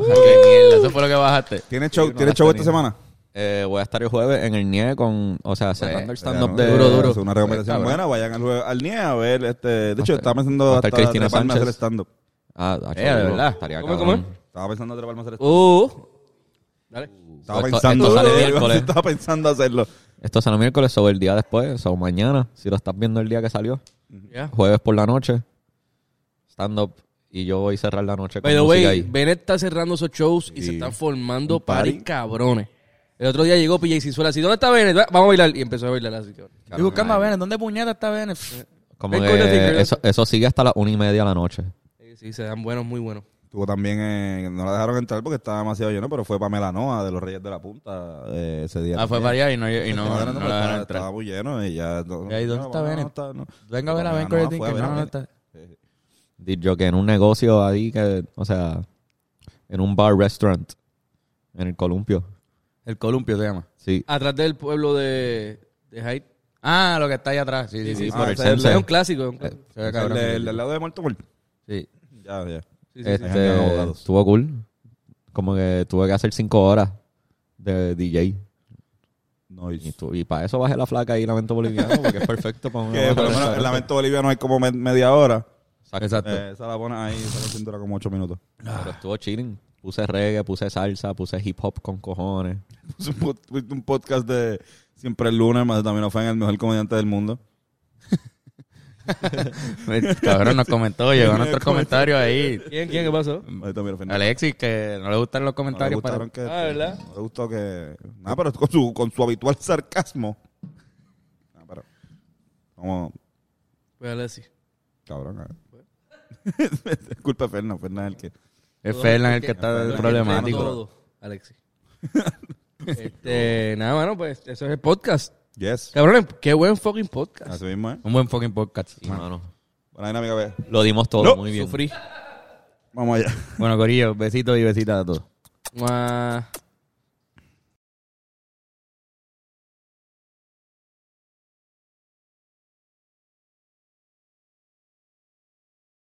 S1: Ah, qué mierda, eso fue lo que bajaste.
S2: ¿Tiene show,
S4: Sí, no
S2: ¿tiene
S4: las
S2: show esta
S4: tenía.
S2: semana?
S4: Eh, voy a estar el jueves en el NIE con, o sea, cerrando el stand-up de...
S2: Duro,
S3: duro.
S2: duro. Es eh, una
S1: Eh,
S2: recomendación
S4: Cabrón.
S2: buena. Vayan al, jue- al NIE a ver. Este, de hecho,
S4: a
S2: estaba pensando
S4: va a estar
S2: hasta
S4: Cristina
S2: treparme a hacer
S4: Sánchez.
S2: stand-up.
S4: Ah, ah,
S1: Eh, de
S4: duro.
S1: verdad.
S4: Estaría
S3: ¿Cómo,
S4: cabrón.
S3: cómo?
S2: Estaba pensando treparme a hacer stand-up.
S3: Uh. Dale.
S2: Estaba
S4: Esto-
S2: pensando,
S4: esto sale
S2: eh, (laughs)
S4: miércoles.
S2: estaba pensando hacerlo.
S4: Esto sale miércoles o el día después, o mañana, si lo estás viendo el día que salió.
S3: Ya.
S4: Jueves por la noche, stand-up, y yo voy a cerrar la noche con
S3: By the
S4: música
S3: way,
S4: ahí.
S3: Bennett está cerrando esos shows y se están formando paris cabrones. El otro día llegó PJ Sinzuela así, ¿dónde está Bennett? Va- Vamos a bailar. Y empezó a bailar así. cabrón.
S1: Estoy buscando a Bennett, ¿dónde puñeta está Bennett?
S4: Como
S3: Ven con la
S4: que
S3: cigarra.
S4: eso, eso sigue hasta las una y media de la noche.
S3: Sí, sí, se dan buenos, muy buenos.
S2: Tuvo también, eh, no la dejaron entrar porque estaba demasiado lleno, pero fue Pamela Noa de los Reyes de la Punta eh, ese día.
S1: Ah, fue para
S2: también.
S1: allá y no, y no,
S2: Estaba
S1: no,
S2: ganando,
S1: la
S2: pero
S1: dejaron
S2: estaba-
S1: entrar.
S2: Estaba muy lleno y ya. no-
S1: Y ahí, ¿dónde
S2: no,
S1: está
S2: no, no,
S1: Bennett?
S2: está, no.
S1: Venga a ver a Ben
S2: Pamela Noa
S1: Credit,
S2: fue a
S1: que
S2: ver a
S1: no, no
S2: Ben.
S1: está.
S4: Dijo que en un negocio ahí, que, o sea, en un bar restaurant, en el columpio.
S1: El columpio se llama.
S4: Sí,
S3: Atrás del pueblo de, de Hyde.
S1: Ah, lo que está ahí atrás. Sí, sí, Ah, sí.
S2: Ah,
S4: por el
S2: ese es el
S4: censo.
S3: Es un clásico. es un clásico.
S1: Se ve
S2: El
S1: cabrón.
S2: de- el del lado de Muerto Muerto.
S1: Sí.
S2: Ya, ya.
S3: Sí, sí, sí.
S4: Este,
S2: Dejen de abogados.
S4: estuvo cool. Como que tuve que hacer cinco horas de DJ.
S2: No,
S4: Y,
S2: y-
S4: tu- y para eso bajé la flaca y lamento boliviano, porque es
S2: (laughs)
S4: perfecto para una
S2: que por lo
S4: banda.
S2: menos el lamento boliviano hay como me- media hora.
S1: Exacto.
S2: Eh, esa la pones ahí, esa la cintura como ocho minutos. (laughs)
S4: Pero estuvo chilling. Puse reggae, puse salsa, puse hip hop con cojones.
S2: Puse un, pod- puse un podcast de siempre el lunes, más también fue en el mejor comediante del mundo.
S1: El cabrón nos comentó, llegó nuestro comentario ahí.
S3: ¿Quién, quién? ¿Qué pasó?
S2: Ahí también fue en el-
S1: Alexis, que no le gustan los
S2: No le
S1: comentarios.
S2: gustaron que,
S3: Ah, ¿verdad?
S2: no le gustó que. Nada, pero con su, con su habitual sarcasmo. Nah, pero. Como.
S3: Pues dale así.
S2: Cabrón. (laughs) eh. Disculpa, Fernan. Fernan es el que.
S1: Es Fernan el que está
S2: Fernan.
S1: problemático.
S3: Todo, Alexis. este, nada, mano, pues eso es el podcast.
S2: Yes.
S3: Cabrones, qué buen fucking podcast.
S2: Así mismo, ¿eh?
S1: Un buen fucking podcast.
S4: Y, mano,
S2: Buena dinámica, ve.
S4: lo dimos todo
S2: No,
S4: muy bien.
S3: Sufrí.
S2: Vamos allá.
S1: Ah. Bueno, Corillo, besitos y besitas a todos.
S3: Mua.